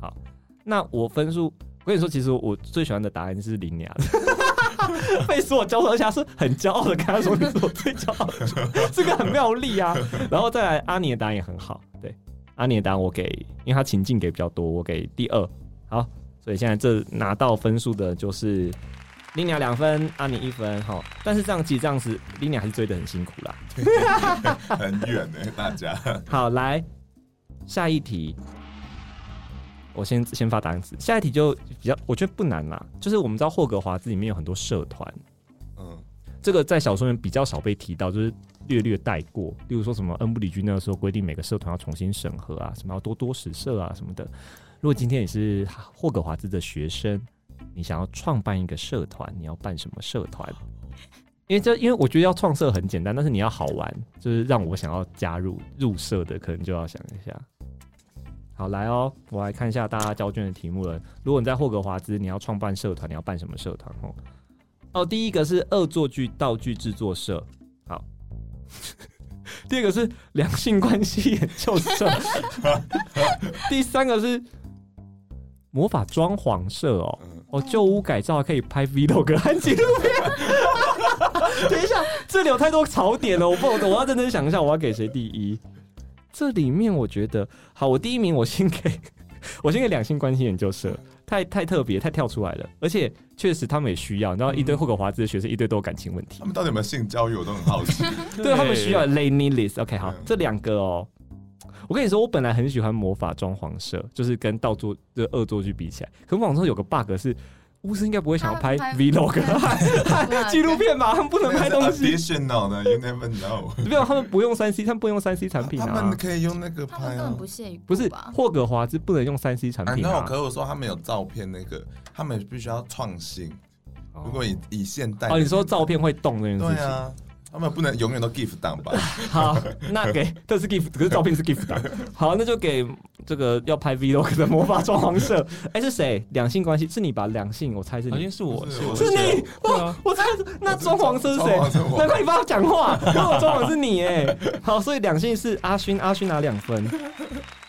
[SPEAKER 1] 好，那我分数，我跟你说，其实我最喜欢的答 (laughs) 案是林雅的。被所有教授下是很骄傲的跟他说：“你是我最骄傲的学生，这个很妙丽啊。”然后再来阿尼的答案也很好，对阿尼的答案我给，因为他情境给比较多，我给第二。好，所以现在这拿到分数的就是林雅两分，阿尼一分。好，但是这样其实这样子，林雅还是追的很辛苦啦。
[SPEAKER 2] 很远呢、大家。
[SPEAKER 1] 好，来下一题。我先先发答案词，下一题就比较，我觉得不难啦。就是我们知道霍格华兹里面有很多社团，
[SPEAKER 2] 嗯，
[SPEAKER 1] 这个在小说里面比较少被提到，就是略略带过。例如说什么恩布里居那个时候规定每个社团要重新审核啊，什么要多多实社啊什么的。如果今天你是霍格华兹的学生，你想要创办一个社团，你要办什么社团？因为这，因为我觉得要创社很简单，但是你要好玩，就是让我想要加入入社的，可能就要想一下。好，来哦，我来看一下大家交卷的题目了。如果你在霍格华兹，你要创办社团，你要办什么社团？哦，哦，第一个是恶作剧道具制作社，好。第二个 (laughs) 是两性关系研究社，第三个是魔法装潢社哦，
[SPEAKER 2] 嗯
[SPEAKER 1] 哦，旧屋改造还可以拍 vlog 和纪录片。 (laughs) 等一下，这里有太多槽点了，我不，我要认真想一下，我要给谁第一？这里面我觉得，好，我第一名我先给，我先给两性关系研究社，太太特别，太跳出来了，而且确实他们也需要，你知道，一堆霍格华兹的学生一堆都有感情问题
[SPEAKER 2] 他，们到底有没有性教育，我都很好奇。
[SPEAKER 5] 啊
[SPEAKER 1] 对他们需要 l a n y list。OK，好
[SPEAKER 2] 嗯，
[SPEAKER 1] 这两个哦。我跟你说，我本来很喜欢魔法装潢社，就是跟盗作这恶作剧比起来，可魔法装有个 bug 是，巫师应该不会想要拍
[SPEAKER 3] 他们拍
[SPEAKER 1] vlog 和 (laughs) 纪录片吧？他们不能拍东西，
[SPEAKER 2] additional 呢，you never know。
[SPEAKER 1] 没有，他们不用三 C，他们不用三 C 产品
[SPEAKER 2] 他们
[SPEAKER 1] 啊，
[SPEAKER 2] 可以用那个
[SPEAKER 3] 他们
[SPEAKER 2] 拍
[SPEAKER 3] 根本
[SPEAKER 2] 啊。
[SPEAKER 3] 不屑于
[SPEAKER 1] 不是
[SPEAKER 3] 吧？
[SPEAKER 1] 霍格华兹不能用三 C 产
[SPEAKER 2] 啊，
[SPEAKER 1] 品
[SPEAKER 2] 那我
[SPEAKER 1] 啊。
[SPEAKER 2] 可是我说他们有照片那个，他们必须要创新。
[SPEAKER 1] 哦
[SPEAKER 2] 如果以以现代
[SPEAKER 1] 哦，你说照片会动这件
[SPEAKER 2] 对
[SPEAKER 1] 事情，
[SPEAKER 2] 啊，他们不能永远都 GIF 档吧？
[SPEAKER 1] 好，那给这是 gift，可是照片是 gift 的。好，那就给这个要拍 vlog 的魔法装潢社。 (laughs) 哎、是谁？两性关系是你吧？两性，我猜是
[SPEAKER 5] 好
[SPEAKER 1] 你
[SPEAKER 5] 像。是我，
[SPEAKER 2] 是
[SPEAKER 5] 是我
[SPEAKER 1] 是你，
[SPEAKER 5] 对
[SPEAKER 1] 我
[SPEAKER 5] 啊
[SPEAKER 1] 我猜是 (laughs) 那装潢是谁
[SPEAKER 2] 装潢是？我
[SPEAKER 1] 难怪你帮他讲话，因为我装潢是你哎。好，所以两性是阿勋，阿勋拿两分。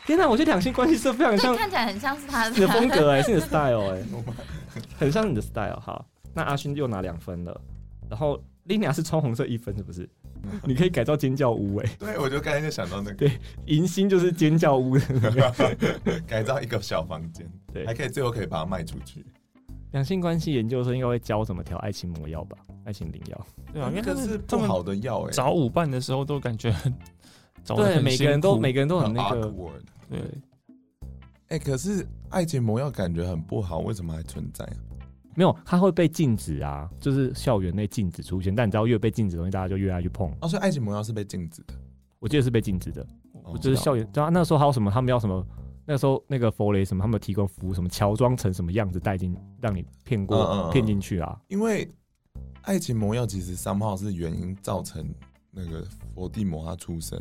[SPEAKER 1] 天哪，我觉得两性关系是非常像
[SPEAKER 3] (laughs) 对，看起来很像是他
[SPEAKER 1] 你的
[SPEAKER 3] 的
[SPEAKER 1] 风格哎、是你的 style 哎、
[SPEAKER 5] (laughs)
[SPEAKER 1] 很像你的 style。好，那阿勋又拿两分了，然后 Lina 是穿红色一分是不是？你可以改造尖叫屋哎、
[SPEAKER 2] 对，我就刚才就想到那个
[SPEAKER 1] 对迎新就是尖叫屋的那个
[SPEAKER 2] 改造一个小房间，
[SPEAKER 1] 对
[SPEAKER 2] 还可以最后可以把它卖出去。
[SPEAKER 1] 两性关系研究生应该会教怎么调爱情魔药吧，爱情灵药。
[SPEAKER 5] 对啊，因为他
[SPEAKER 2] 可是
[SPEAKER 5] 们他
[SPEAKER 2] 不
[SPEAKER 5] 们
[SPEAKER 2] 好的药哎，
[SPEAKER 5] 找舞伴的时候都感觉很欸 (laughs) 找得
[SPEAKER 1] 对，
[SPEAKER 5] 很
[SPEAKER 1] 每个
[SPEAKER 5] 辛
[SPEAKER 1] 人都
[SPEAKER 5] 苦
[SPEAKER 1] 每个人都很那个，
[SPEAKER 2] awkward。
[SPEAKER 5] 对，
[SPEAKER 2] 哎，可是爱情魔药感觉很不好，为什么还存在啊？
[SPEAKER 1] 没有，它会被禁止啊，就是校园内禁止出现。但你知道，越被禁止的东西，大家就越爱去碰。
[SPEAKER 2] 哦，所以爱情魔药是被禁止的。哦
[SPEAKER 1] 我记得是被禁止的，
[SPEAKER 2] 我
[SPEAKER 1] 就是校园。对啊，那时候还有什么？他们要什么？那时候那个佛雷什么，他们有提供服务，什么乔装成什么样子带进，让你骗
[SPEAKER 2] 嗯嗯
[SPEAKER 1] 过
[SPEAKER 2] 嗯
[SPEAKER 1] 骗进去啊。
[SPEAKER 2] 因为爱情魔药其实三号是原因造成那个伏地魔他出生，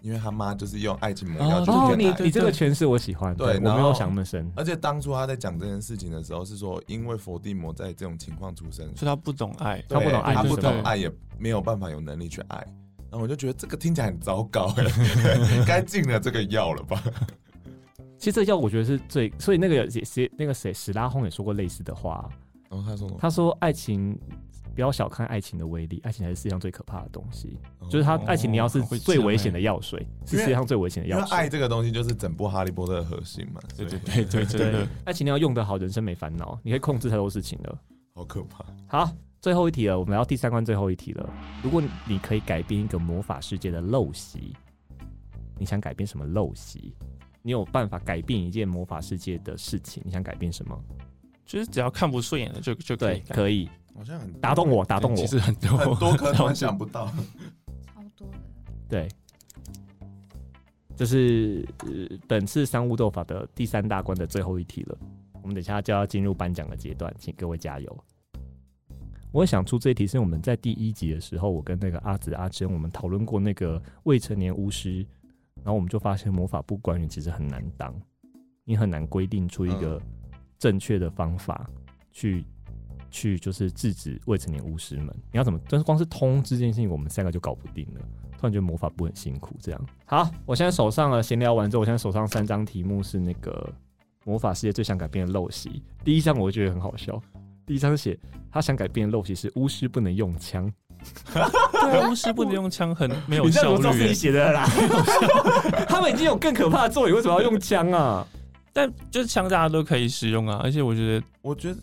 [SPEAKER 2] 因为他妈就是用爱情魔药去
[SPEAKER 1] 哦，
[SPEAKER 2] 骗
[SPEAKER 1] 你
[SPEAKER 2] 他
[SPEAKER 1] 你这个诠释我喜欢，
[SPEAKER 2] 对
[SPEAKER 1] 对
[SPEAKER 2] 然
[SPEAKER 1] 我
[SPEAKER 2] 后
[SPEAKER 1] 没有想那么深。
[SPEAKER 2] 而且当初他在讲这件事情的时候，是说因为伏地魔在这种情况出生，
[SPEAKER 5] 所以他不懂爱，
[SPEAKER 1] 他不懂爱
[SPEAKER 2] 他
[SPEAKER 1] 是
[SPEAKER 2] 不
[SPEAKER 1] 什
[SPEAKER 2] 懂
[SPEAKER 1] 么
[SPEAKER 2] 爱，也没有办法有能力去爱。然后我就觉得这个听起来很糟糕、欸 (laughs) 该禁了这个药了吧？
[SPEAKER 1] 其实这药我觉得是最，所以那个也是那个谁史拉轰也说过类似的话啊、
[SPEAKER 2] 然后他说什么
[SPEAKER 1] 他说爱情不要小看爱情的威力，爱情才是世界上最可怕的东西。
[SPEAKER 2] 哦
[SPEAKER 1] 就是它爱情你要是
[SPEAKER 5] 哦会
[SPEAKER 1] 最
[SPEAKER 5] 这样
[SPEAKER 1] 危
[SPEAKER 5] 欸
[SPEAKER 1] 险的药水，是
[SPEAKER 2] 因为
[SPEAKER 1] 世界上最危险的
[SPEAKER 2] 因
[SPEAKER 1] 药
[SPEAKER 2] 为
[SPEAKER 1] 水。
[SPEAKER 2] 爱这个东西就是整部《哈利波特》的核心嘛，
[SPEAKER 5] 对对
[SPEAKER 2] 所以
[SPEAKER 5] 对对，真的，
[SPEAKER 1] 爱情你要用得好，人生没烦恼，你可以控制太多事情了。
[SPEAKER 2] 好可怕。
[SPEAKER 1] 好，最后一题了，我们要第三关最后一题了。如果你可以改变一个魔法世界的陋习，你想改变什么陋习？你有办法改变一件魔法世界的事情，你想改变什么？
[SPEAKER 5] 就是只要看不顺眼的就就可以
[SPEAKER 1] 对，
[SPEAKER 5] 改，
[SPEAKER 1] 可以
[SPEAKER 2] 好像很
[SPEAKER 1] 打动我，打动我
[SPEAKER 5] 其。实很多
[SPEAKER 2] 很多，可能我想不到。
[SPEAKER 3] 超多的。
[SPEAKER 1] 对，这是、呃、本次三巫斗法的第三大关的最后一题了。我们等一下就要进入颁奖的阶段，请各位加油。我想出这一题是我们在第一集的时候，我跟那个阿紫、阿珍我们讨论过那个未成年巫师，然后我们就发现魔法部官员其实很难当，你很难规定出一个正确的方法去、去就是制止未成年巫师们。你要怎么？就是光是通知这件事情，我们三个就搞不定了。突然觉得魔法部很辛苦。这样，好，我现在手上了闲聊完之后，我现在手上三张题目是那个魔法世界最想改变的陋习。第一张我觉得很好笑，第一张写他想改变的陋习是巫师不能用枪，
[SPEAKER 5] (laughs) 对啊，巫师不能用枪很没有
[SPEAKER 1] 你这
[SPEAKER 5] 效
[SPEAKER 1] 样知道自
[SPEAKER 5] 率
[SPEAKER 1] 己
[SPEAKER 5] 欸，
[SPEAKER 1] 写的啦。他们已经有更可怕的作为，为什么要用枪啊？ (laughs)
[SPEAKER 5] 但就是枪大家都可以使用啊，而且我觉得
[SPEAKER 2] 我觉得，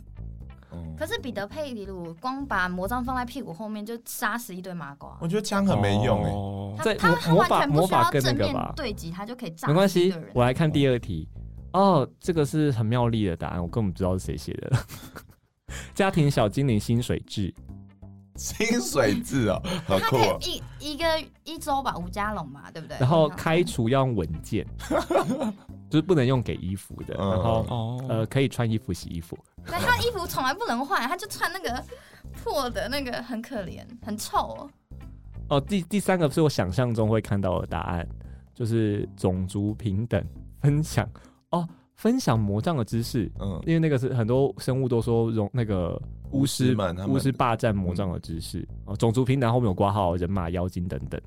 [SPEAKER 2] 嗯
[SPEAKER 3] 可是彼得佩里鲁光把魔杖放在屁股后面就杀死一堆麻瓜
[SPEAKER 2] 我，觉得枪很没用哎、
[SPEAKER 5] 哦
[SPEAKER 3] 他
[SPEAKER 1] 在
[SPEAKER 3] 他
[SPEAKER 1] 魔
[SPEAKER 3] 他
[SPEAKER 1] 魔
[SPEAKER 3] 完
[SPEAKER 1] 法
[SPEAKER 3] 全
[SPEAKER 1] 魔
[SPEAKER 3] 不需
[SPEAKER 1] 法
[SPEAKER 3] 要
[SPEAKER 1] 跟那
[SPEAKER 3] 正
[SPEAKER 1] 个
[SPEAKER 3] 面
[SPEAKER 1] 吧
[SPEAKER 3] 对击，他就可以炸
[SPEAKER 1] 没关
[SPEAKER 3] 死一
[SPEAKER 1] 系
[SPEAKER 3] 堆人，
[SPEAKER 1] 我来看第二题。哦，这个是很妙丽的答案，我根本不知道是谁写的。 (laughs) 家庭小精灵薪水制，
[SPEAKER 2] 薪水
[SPEAKER 1] (laughs)
[SPEAKER 2] 制哦，好
[SPEAKER 3] 他
[SPEAKER 2] 酷
[SPEAKER 3] 可
[SPEAKER 2] 哦！
[SPEAKER 3] 以一一个一周吧，吴家龙嘛，对不对？嗯
[SPEAKER 1] 然后开除要用文件， (laughs) 就是不能用给衣服的，
[SPEAKER 2] 嗯
[SPEAKER 1] 然后
[SPEAKER 5] 哦，
[SPEAKER 1] 呃可以穿衣服洗衣服。 (laughs)
[SPEAKER 3] 对他的衣服从来不能换，他就穿那个破的那个，很可怜，很臭、哦。
[SPEAKER 1] 哦，第第三个是我想象中会看到的答案，就是种族平等分享哦，分享魔杖的知识，
[SPEAKER 2] 嗯，
[SPEAKER 1] 因为那个是很多生物都说容那个巫
[SPEAKER 2] 巫
[SPEAKER 1] 师
[SPEAKER 2] 师们他们
[SPEAKER 5] 嗯嗯
[SPEAKER 1] 巫师霸占魔杖的知识哦，种族平等后面有挂号人马妖精等等。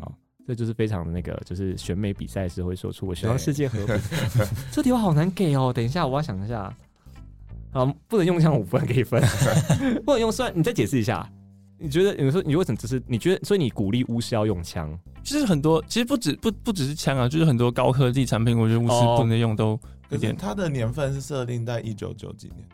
[SPEAKER 1] 哦，这就是非常的那个，就是选美比赛时会说出“我希望
[SPEAKER 2] 对
[SPEAKER 1] 世界和
[SPEAKER 5] (laughs)
[SPEAKER 1] 平” 。这题我好难给哦，等一下我要想一下。啊，不能用像五分给
[SPEAKER 5] (laughs)
[SPEAKER 1] 分，不能用算。你再解释一下，你觉得你说你为什么只是你觉得，所以你鼓励巫师要用枪？
[SPEAKER 5] 就是很多，其实不止不不只是枪啊，就是很多高科技产品，我觉得巫师
[SPEAKER 1] 哦
[SPEAKER 5] 不能用都
[SPEAKER 2] 可
[SPEAKER 5] 有
[SPEAKER 2] 是
[SPEAKER 5] 点
[SPEAKER 2] 它的年份是设定在一九九几年，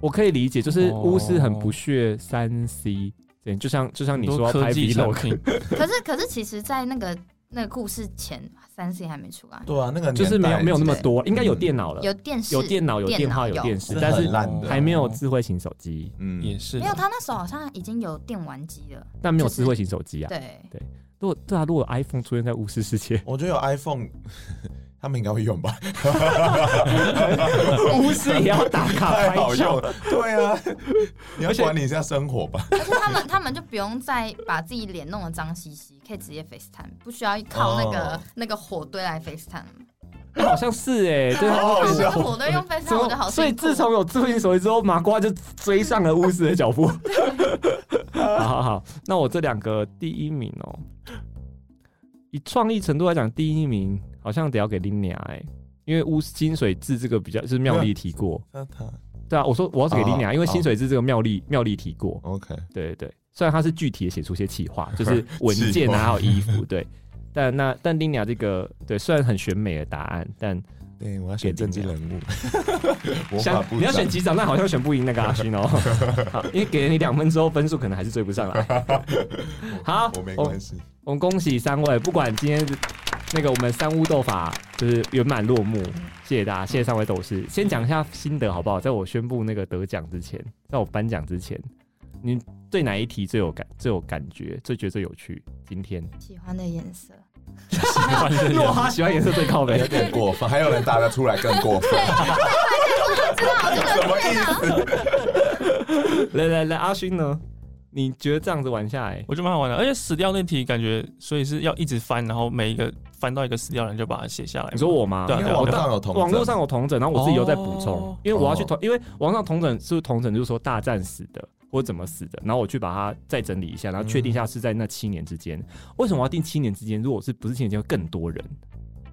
[SPEAKER 1] 我可以理解，就是
[SPEAKER 5] 哦
[SPEAKER 1] 巫师很不屑三 C，对，就像就像
[SPEAKER 5] 很
[SPEAKER 1] 你
[SPEAKER 5] 多
[SPEAKER 1] 说要
[SPEAKER 5] 科
[SPEAKER 1] 拍
[SPEAKER 5] 技
[SPEAKER 1] v
[SPEAKER 5] 产
[SPEAKER 1] l
[SPEAKER 5] 品，
[SPEAKER 3] 可是可是其实，在那个那个故事前，三 C 还没出来，
[SPEAKER 2] 对啊，那个年代
[SPEAKER 1] 就是没有没有那么
[SPEAKER 3] 对
[SPEAKER 1] 多，应该有电脑了，
[SPEAKER 3] 嗯有电视，
[SPEAKER 1] 有电脑有
[SPEAKER 3] 电
[SPEAKER 1] 电话
[SPEAKER 3] 脑
[SPEAKER 1] 有
[SPEAKER 3] 有
[SPEAKER 1] 电视，
[SPEAKER 2] 是
[SPEAKER 1] 但
[SPEAKER 2] 很
[SPEAKER 1] 是
[SPEAKER 2] 烂
[SPEAKER 5] 哦
[SPEAKER 2] 的
[SPEAKER 1] 还没有智慧型手机，
[SPEAKER 2] 嗯
[SPEAKER 5] 也是啊
[SPEAKER 3] 没有，他那时候好像已经有电玩机了，
[SPEAKER 1] 但没有
[SPEAKER 3] 就是
[SPEAKER 1] 智慧型手机啊。
[SPEAKER 3] 对，
[SPEAKER 1] 如果对啊，如果 iPhone 出现在巫师世
[SPEAKER 2] (laughs)，
[SPEAKER 1] 界
[SPEAKER 2] 我觉得有 iPhone，他们应该会用吧？
[SPEAKER 1] 巫师也要打 (laughs) 卡
[SPEAKER 2] 太
[SPEAKER 1] 拍
[SPEAKER 2] 好用
[SPEAKER 1] 照。
[SPEAKER 2] 了，对啊，你要管理一下生活吧。
[SPEAKER 3] 而且他们他们就不用再把自己脸弄得脏兮兮，可以直接 FaceTime，不需要靠那个、
[SPEAKER 2] 哦
[SPEAKER 3] 那个火堆来 FaceTime。
[SPEAKER 1] 哎 (laughs) 好像是哎，对
[SPEAKER 3] 他
[SPEAKER 1] 啊。
[SPEAKER 2] 好好
[SPEAKER 3] (laughs) 那
[SPEAKER 2] 笑
[SPEAKER 1] (laughs)
[SPEAKER 3] 个火堆用 FaceTime，我觉得好
[SPEAKER 1] 所以
[SPEAKER 3] 辛苦哦
[SPEAKER 1] 自从有智慧型手机之后，麻瓜就追上了巫师的脚
[SPEAKER 2] (laughs)
[SPEAKER 1] 步。好好好，那我这两个第一名哦，以创意程度来讲，第一名好像得要给 Linia 哎、因为巫师金水字这个比较是妙丽提过，
[SPEAKER 2] 那他
[SPEAKER 1] 对啊，我说我要是给
[SPEAKER 2] 哦
[SPEAKER 1] Linia，、因为
[SPEAKER 2] 哦
[SPEAKER 1] 薪水是这个妙丽妙丽提过，
[SPEAKER 2] OK，
[SPEAKER 1] 对对对，虽然它是具体的写出一些企
[SPEAKER 2] (laughs)
[SPEAKER 1] 划，就是文件啊，还有衣服，对，但那但 Linia 这个对虽然很选美的答案，但
[SPEAKER 2] 对我要选政治人物， (laughs) 魔法
[SPEAKER 1] 想
[SPEAKER 2] 部
[SPEAKER 1] 你要选
[SPEAKER 2] 长。
[SPEAKER 1] 机长，但好像选不赢那个阿勋哦，
[SPEAKER 2] (laughs)
[SPEAKER 1] 好因为给了你两分之后，分数可能还是追不上 (laughs) 来。好，
[SPEAKER 2] 我没
[SPEAKER 1] 我
[SPEAKER 2] 关系，
[SPEAKER 1] 我们恭喜三位，不管今天那个我们三屋斗法就是圆满落幕，谢谢大家，谢谢三位斗士。先讲一下心得好不好？在我宣布那个得奖之前，在我颁奖之前，你对哪一题最有感、最有感觉、最觉得最有趣？今天
[SPEAKER 3] 喜欢的颜色，
[SPEAKER 5] 喜欢的
[SPEAKER 1] 落
[SPEAKER 5] 人
[SPEAKER 1] 花喜欢颜色
[SPEAKER 5] (laughs)
[SPEAKER 1] 最靠
[SPEAKER 2] 有
[SPEAKER 1] 北，
[SPEAKER 2] 点过分，还有人答得出来更过分，
[SPEAKER 3] 真的，我真的
[SPEAKER 2] (laughs) 什么意思？
[SPEAKER 1] 来来来，阿勋呢？你觉得这样子玩下来，
[SPEAKER 5] 我觉得蛮好玩的，而且死掉那题感觉，所以是要一直翻，然后每一个翻到一个死掉人就把它写下来嘛。
[SPEAKER 1] 你说我吗？
[SPEAKER 5] 对啊
[SPEAKER 2] 因
[SPEAKER 5] 对
[SPEAKER 2] 为
[SPEAKER 5] 啊
[SPEAKER 2] 网
[SPEAKER 5] 对啊
[SPEAKER 2] 上有同
[SPEAKER 1] 网络
[SPEAKER 2] 整
[SPEAKER 1] 上有同整，然后我自己又在补充，
[SPEAKER 5] 哦
[SPEAKER 1] 因为我要去同，因为网上同整是同整，就是说大战死的或怎么死的，然后我去把它再整理一下，然后确定一下是在那七年之间。为什么我要定七年之间？如果是不是七年之间，会更多人，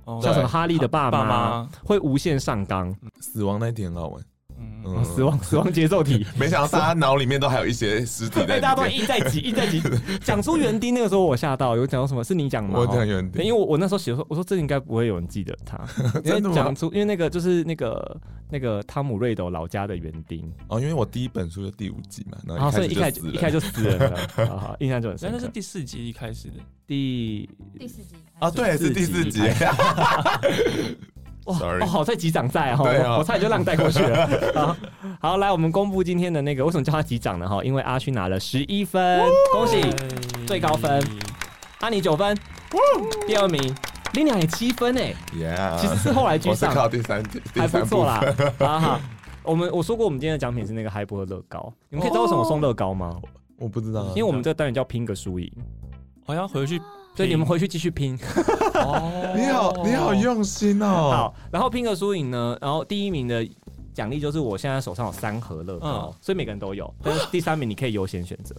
[SPEAKER 5] 哦
[SPEAKER 1] 像
[SPEAKER 2] 对
[SPEAKER 1] 什么哈利的爸
[SPEAKER 5] 爸
[SPEAKER 1] 妈
[SPEAKER 5] 妈，
[SPEAKER 1] 会无限上纲，哦
[SPEAKER 2] 死亡那一点很好玩，
[SPEAKER 5] 嗯，
[SPEAKER 2] 嗯，
[SPEAKER 1] 死，亡死亡节奏体。
[SPEAKER 2] 没想到大家脑里面都还有一些尸体
[SPEAKER 1] 对，
[SPEAKER 2] 在里
[SPEAKER 1] 哎大家都
[SPEAKER 2] 面。
[SPEAKER 1] 一在急，一在急。讲出园丁那个时候，我吓到，有讲到什么是你讲吗？哦
[SPEAKER 2] 我讲远
[SPEAKER 1] 对，
[SPEAKER 2] 点，
[SPEAKER 1] 因为我我那时候写说，我说这应该不会有人记得他，因为
[SPEAKER 2] 真的吗
[SPEAKER 1] 讲出，因为那个就是那个那个汤姆瑞斗老家的园丁，
[SPEAKER 2] 哦，因为我第一本书就第五集嘛，然
[SPEAKER 1] 然后啊
[SPEAKER 2] 后
[SPEAKER 1] 哦所以一
[SPEAKER 2] 啊开
[SPEAKER 1] 开始
[SPEAKER 2] 始就死
[SPEAKER 1] 一开
[SPEAKER 2] 了
[SPEAKER 1] 始就死人了， (laughs) 好好印象就很深
[SPEAKER 5] 但那是
[SPEAKER 1] 刻。
[SPEAKER 5] 第四集一开始的，
[SPEAKER 1] 第
[SPEAKER 3] 第四集
[SPEAKER 2] 啊，对，是第四集，
[SPEAKER 1] 哎哇
[SPEAKER 2] Sorry
[SPEAKER 1] 哦，好在级长在哈，
[SPEAKER 2] 对啊
[SPEAKER 1] 我我差点就让带过去了。好，好，来我们公布今天的那个，为什么叫他级长呢？哈，因为阿勋拿了十一分，恭喜
[SPEAKER 5] 哎
[SPEAKER 1] 最高分阿尼九分，第二名，林鸟也七分哎，
[SPEAKER 2] ，Yeah，
[SPEAKER 1] 其实是后来居
[SPEAKER 2] 我啊哦是
[SPEAKER 1] 上，
[SPEAKER 2] 靠第三第
[SPEAKER 1] 还不
[SPEAKER 2] 三部
[SPEAKER 1] 错啦。好好，我们我说过我们今天的奖品是那个嗨波的乐高，你们可以知道为什么我送乐高吗？
[SPEAKER 2] 我不知道啊，
[SPEAKER 1] 因为我们这个单元叫拼个输赢，
[SPEAKER 5] 好像回去
[SPEAKER 1] 所以你们回去继续拼。
[SPEAKER 5] 哦
[SPEAKER 2] 你好，你好用心哦。
[SPEAKER 1] 好，然后拼个输赢呢，然后第一名的奖励就是我现在手上有三盒乐高，
[SPEAKER 5] 嗯
[SPEAKER 1] 所以每个人都
[SPEAKER 2] (gasps)
[SPEAKER 1] 有，但是第三名你可以优先选择，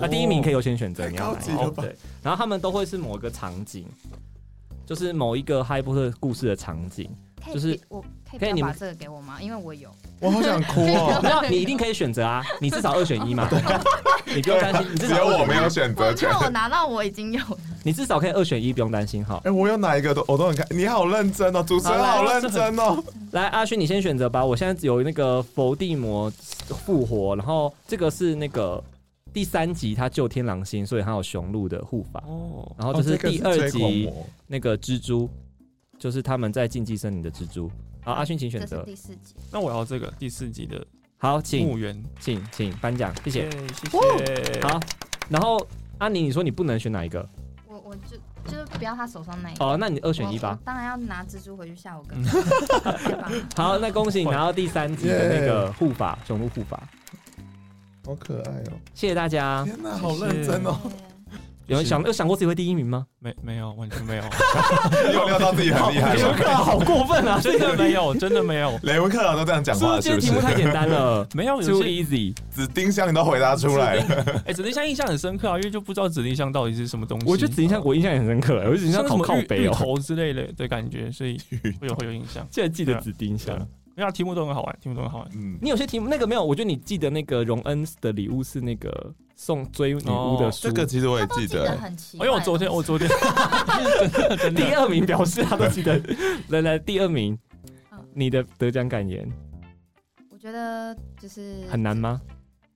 [SPEAKER 1] 那、第一名可以优先选择
[SPEAKER 2] 哦太
[SPEAKER 1] 你要
[SPEAKER 2] 高
[SPEAKER 1] 哪
[SPEAKER 2] 级
[SPEAKER 1] 一
[SPEAKER 2] 了
[SPEAKER 1] 个
[SPEAKER 2] 吧
[SPEAKER 1] 对，然后他们都会是某一个场景，就是某一个哈利波特故事的场景，
[SPEAKER 3] 可以
[SPEAKER 1] 就是
[SPEAKER 3] 给我可以
[SPEAKER 1] 可以
[SPEAKER 3] 不
[SPEAKER 1] 你
[SPEAKER 3] 要把
[SPEAKER 1] 们
[SPEAKER 3] 这个给我吗？因为我有，
[SPEAKER 2] 我好想哭哦。
[SPEAKER 1] 没有你一定可以选择啊，你至少二选一
[SPEAKER 2] (laughs)
[SPEAKER 1] 嘛， (laughs) 你不用担心，你哦至
[SPEAKER 2] 只
[SPEAKER 1] 少
[SPEAKER 2] 有
[SPEAKER 1] 二
[SPEAKER 2] 我
[SPEAKER 1] 选
[SPEAKER 2] 没有选择
[SPEAKER 3] 我
[SPEAKER 2] 权
[SPEAKER 3] 看。我拿到我已经有了，
[SPEAKER 1] 你至少可以二选一，不用担心哈。
[SPEAKER 2] 哎，我有哪一个都我都很看。你好认真哦，主持人
[SPEAKER 1] 好
[SPEAKER 2] 好
[SPEAKER 1] 来
[SPEAKER 2] 认真哦。
[SPEAKER 1] 来，阿勋你先选择吧，我现在有那个伏地魔复活，然后这个是那个第三集他救天狼星，所以他有雄鹿的护法。
[SPEAKER 5] 哦，
[SPEAKER 1] 然后这是
[SPEAKER 2] 哦个
[SPEAKER 1] 第二
[SPEAKER 2] 吹口
[SPEAKER 1] 集
[SPEAKER 2] 魔
[SPEAKER 1] 那个蜘蛛，就是他们在竞技森林的蜘蛛。好，阿勋请选
[SPEAKER 3] 这是
[SPEAKER 1] 择。
[SPEAKER 3] 第四集。
[SPEAKER 5] 那我要这个第四集的
[SPEAKER 1] 好，请
[SPEAKER 5] 墓园，
[SPEAKER 1] 请请颁奖，谢谢。
[SPEAKER 5] 耶谢谢。
[SPEAKER 1] 好，然后阿宁，你说你不能选哪一个？
[SPEAKER 3] 我我就就是不要他手上那一个，
[SPEAKER 1] 哦，那你二选一
[SPEAKER 3] 我
[SPEAKER 1] 吧。
[SPEAKER 3] 我当然要拿蜘蛛回去吓我哥。
[SPEAKER 2] 嗯
[SPEAKER 1] 好，啊那恭喜你拿到第三集的那个护法，雄鹿护法。
[SPEAKER 2] 好可爱哦！
[SPEAKER 1] 谢谢大家。
[SPEAKER 2] 天哪，好认真哦。
[SPEAKER 3] 对
[SPEAKER 1] 有人
[SPEAKER 5] 是
[SPEAKER 1] 想有想过自己会第一名吗？
[SPEAKER 5] 没没有，完全没有，
[SPEAKER 2] 你有料到自己很厉害
[SPEAKER 1] 雷文
[SPEAKER 2] 吗？
[SPEAKER 1] 克劳 (laughs) 好过分啊！
[SPEAKER 5] 真的没有，真的没有，
[SPEAKER 2] 雷文克劳都这样讲
[SPEAKER 1] 是不
[SPEAKER 2] 话，
[SPEAKER 1] 是今
[SPEAKER 2] 是
[SPEAKER 1] 天
[SPEAKER 2] 不
[SPEAKER 1] 题
[SPEAKER 2] 是
[SPEAKER 1] 目？太简单 (laughs) 了
[SPEAKER 5] 没有有
[SPEAKER 1] ？Too
[SPEAKER 5] 些
[SPEAKER 1] easy。
[SPEAKER 2] 紫丁香你都回答出来了，
[SPEAKER 5] 哎，指定箱印象很深刻啊，因为就不知道指定箱到底是什么东西。
[SPEAKER 1] 我觉得紫金像我印象也很深刻，我觉得紫金像
[SPEAKER 5] 像什
[SPEAKER 1] 好
[SPEAKER 5] 么
[SPEAKER 1] 靠
[SPEAKER 5] 芋
[SPEAKER 1] 北
[SPEAKER 5] 芋
[SPEAKER 1] (laughs) 哦，
[SPEAKER 5] 头之类的的感觉，所以会有会有印象。
[SPEAKER 1] 竟然记得紫丁香
[SPEAKER 5] 对。啊因为它题目都很好玩，题目都很好玩。
[SPEAKER 2] 嗯，
[SPEAKER 1] 你有些题目那个没有，我觉得你记得那个荣恩的礼物是那个送追女巫的
[SPEAKER 5] 哦
[SPEAKER 1] 书，
[SPEAKER 2] 这个其 (laughs) 实我也
[SPEAKER 3] 他都
[SPEAKER 2] 记
[SPEAKER 3] 记
[SPEAKER 2] 得
[SPEAKER 3] 得，很奇怪。
[SPEAKER 5] 哎呦，我昨天我昨天真的真
[SPEAKER 1] 第
[SPEAKER 5] 的，
[SPEAKER 1] 二名表示他都记 (laughs) 得。来来，第二名
[SPEAKER 3] 嗯，
[SPEAKER 1] 你的得奖感言
[SPEAKER 3] 我觉得就是
[SPEAKER 1] 很难吗？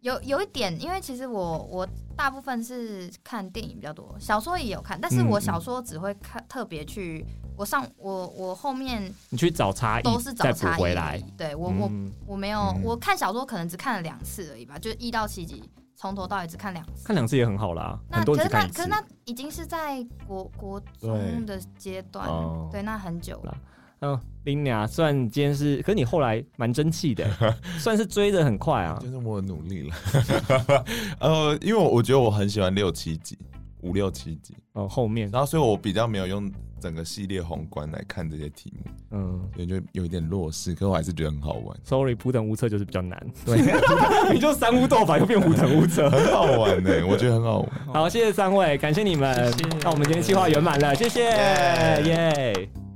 [SPEAKER 3] 有有一点，因为其实我我大部分是看电影比较多，小说也有看，但是
[SPEAKER 1] 嗯嗯
[SPEAKER 3] 我小说只会看特别去，我上我我后面
[SPEAKER 1] 你去找差异
[SPEAKER 3] 都是，找
[SPEAKER 1] 再补
[SPEAKER 3] 差异
[SPEAKER 1] 回来。。
[SPEAKER 3] 对我我
[SPEAKER 1] 嗯
[SPEAKER 3] 我没有，
[SPEAKER 2] 嗯
[SPEAKER 3] 我看小说可能只看了两次而已吧，就一到七集，从头到尾只看两次。
[SPEAKER 1] 看两次也很好啦，
[SPEAKER 3] 那
[SPEAKER 1] 很多
[SPEAKER 3] 可
[SPEAKER 1] 人
[SPEAKER 3] 是
[SPEAKER 1] 只看一
[SPEAKER 3] 那可
[SPEAKER 1] 次
[SPEAKER 3] 是。那已经是在国国中的阶段
[SPEAKER 1] 对哦，
[SPEAKER 3] 对，那很久了。
[SPEAKER 1] 嗯，林雅，虽然你今天是，可是你后来蛮争气 (laughs) 的，算是追的很快啊
[SPEAKER 2] 就。是我努力了。 (laughs) 呃，因为我觉得我很喜欢六七集，五六七集，
[SPEAKER 1] 嗯，后面，
[SPEAKER 2] 然后所以我比较没有用整个系列宏观来看这些题目，
[SPEAKER 1] 嗯
[SPEAKER 2] 所以就有一点弱势，可我还是觉得很好玩，
[SPEAKER 1] ，sorry，普等无策就是比较 (laughs) 难。对，你就三巫斗法又变虎等无策。
[SPEAKER 2] 很好玩呢、我觉得很好玩。
[SPEAKER 1] 好，谢谢三位，感谢你们
[SPEAKER 5] 谢谢。
[SPEAKER 1] 那我们今天计划圆满了，谢谢，
[SPEAKER 2] 耶
[SPEAKER 1] 耶。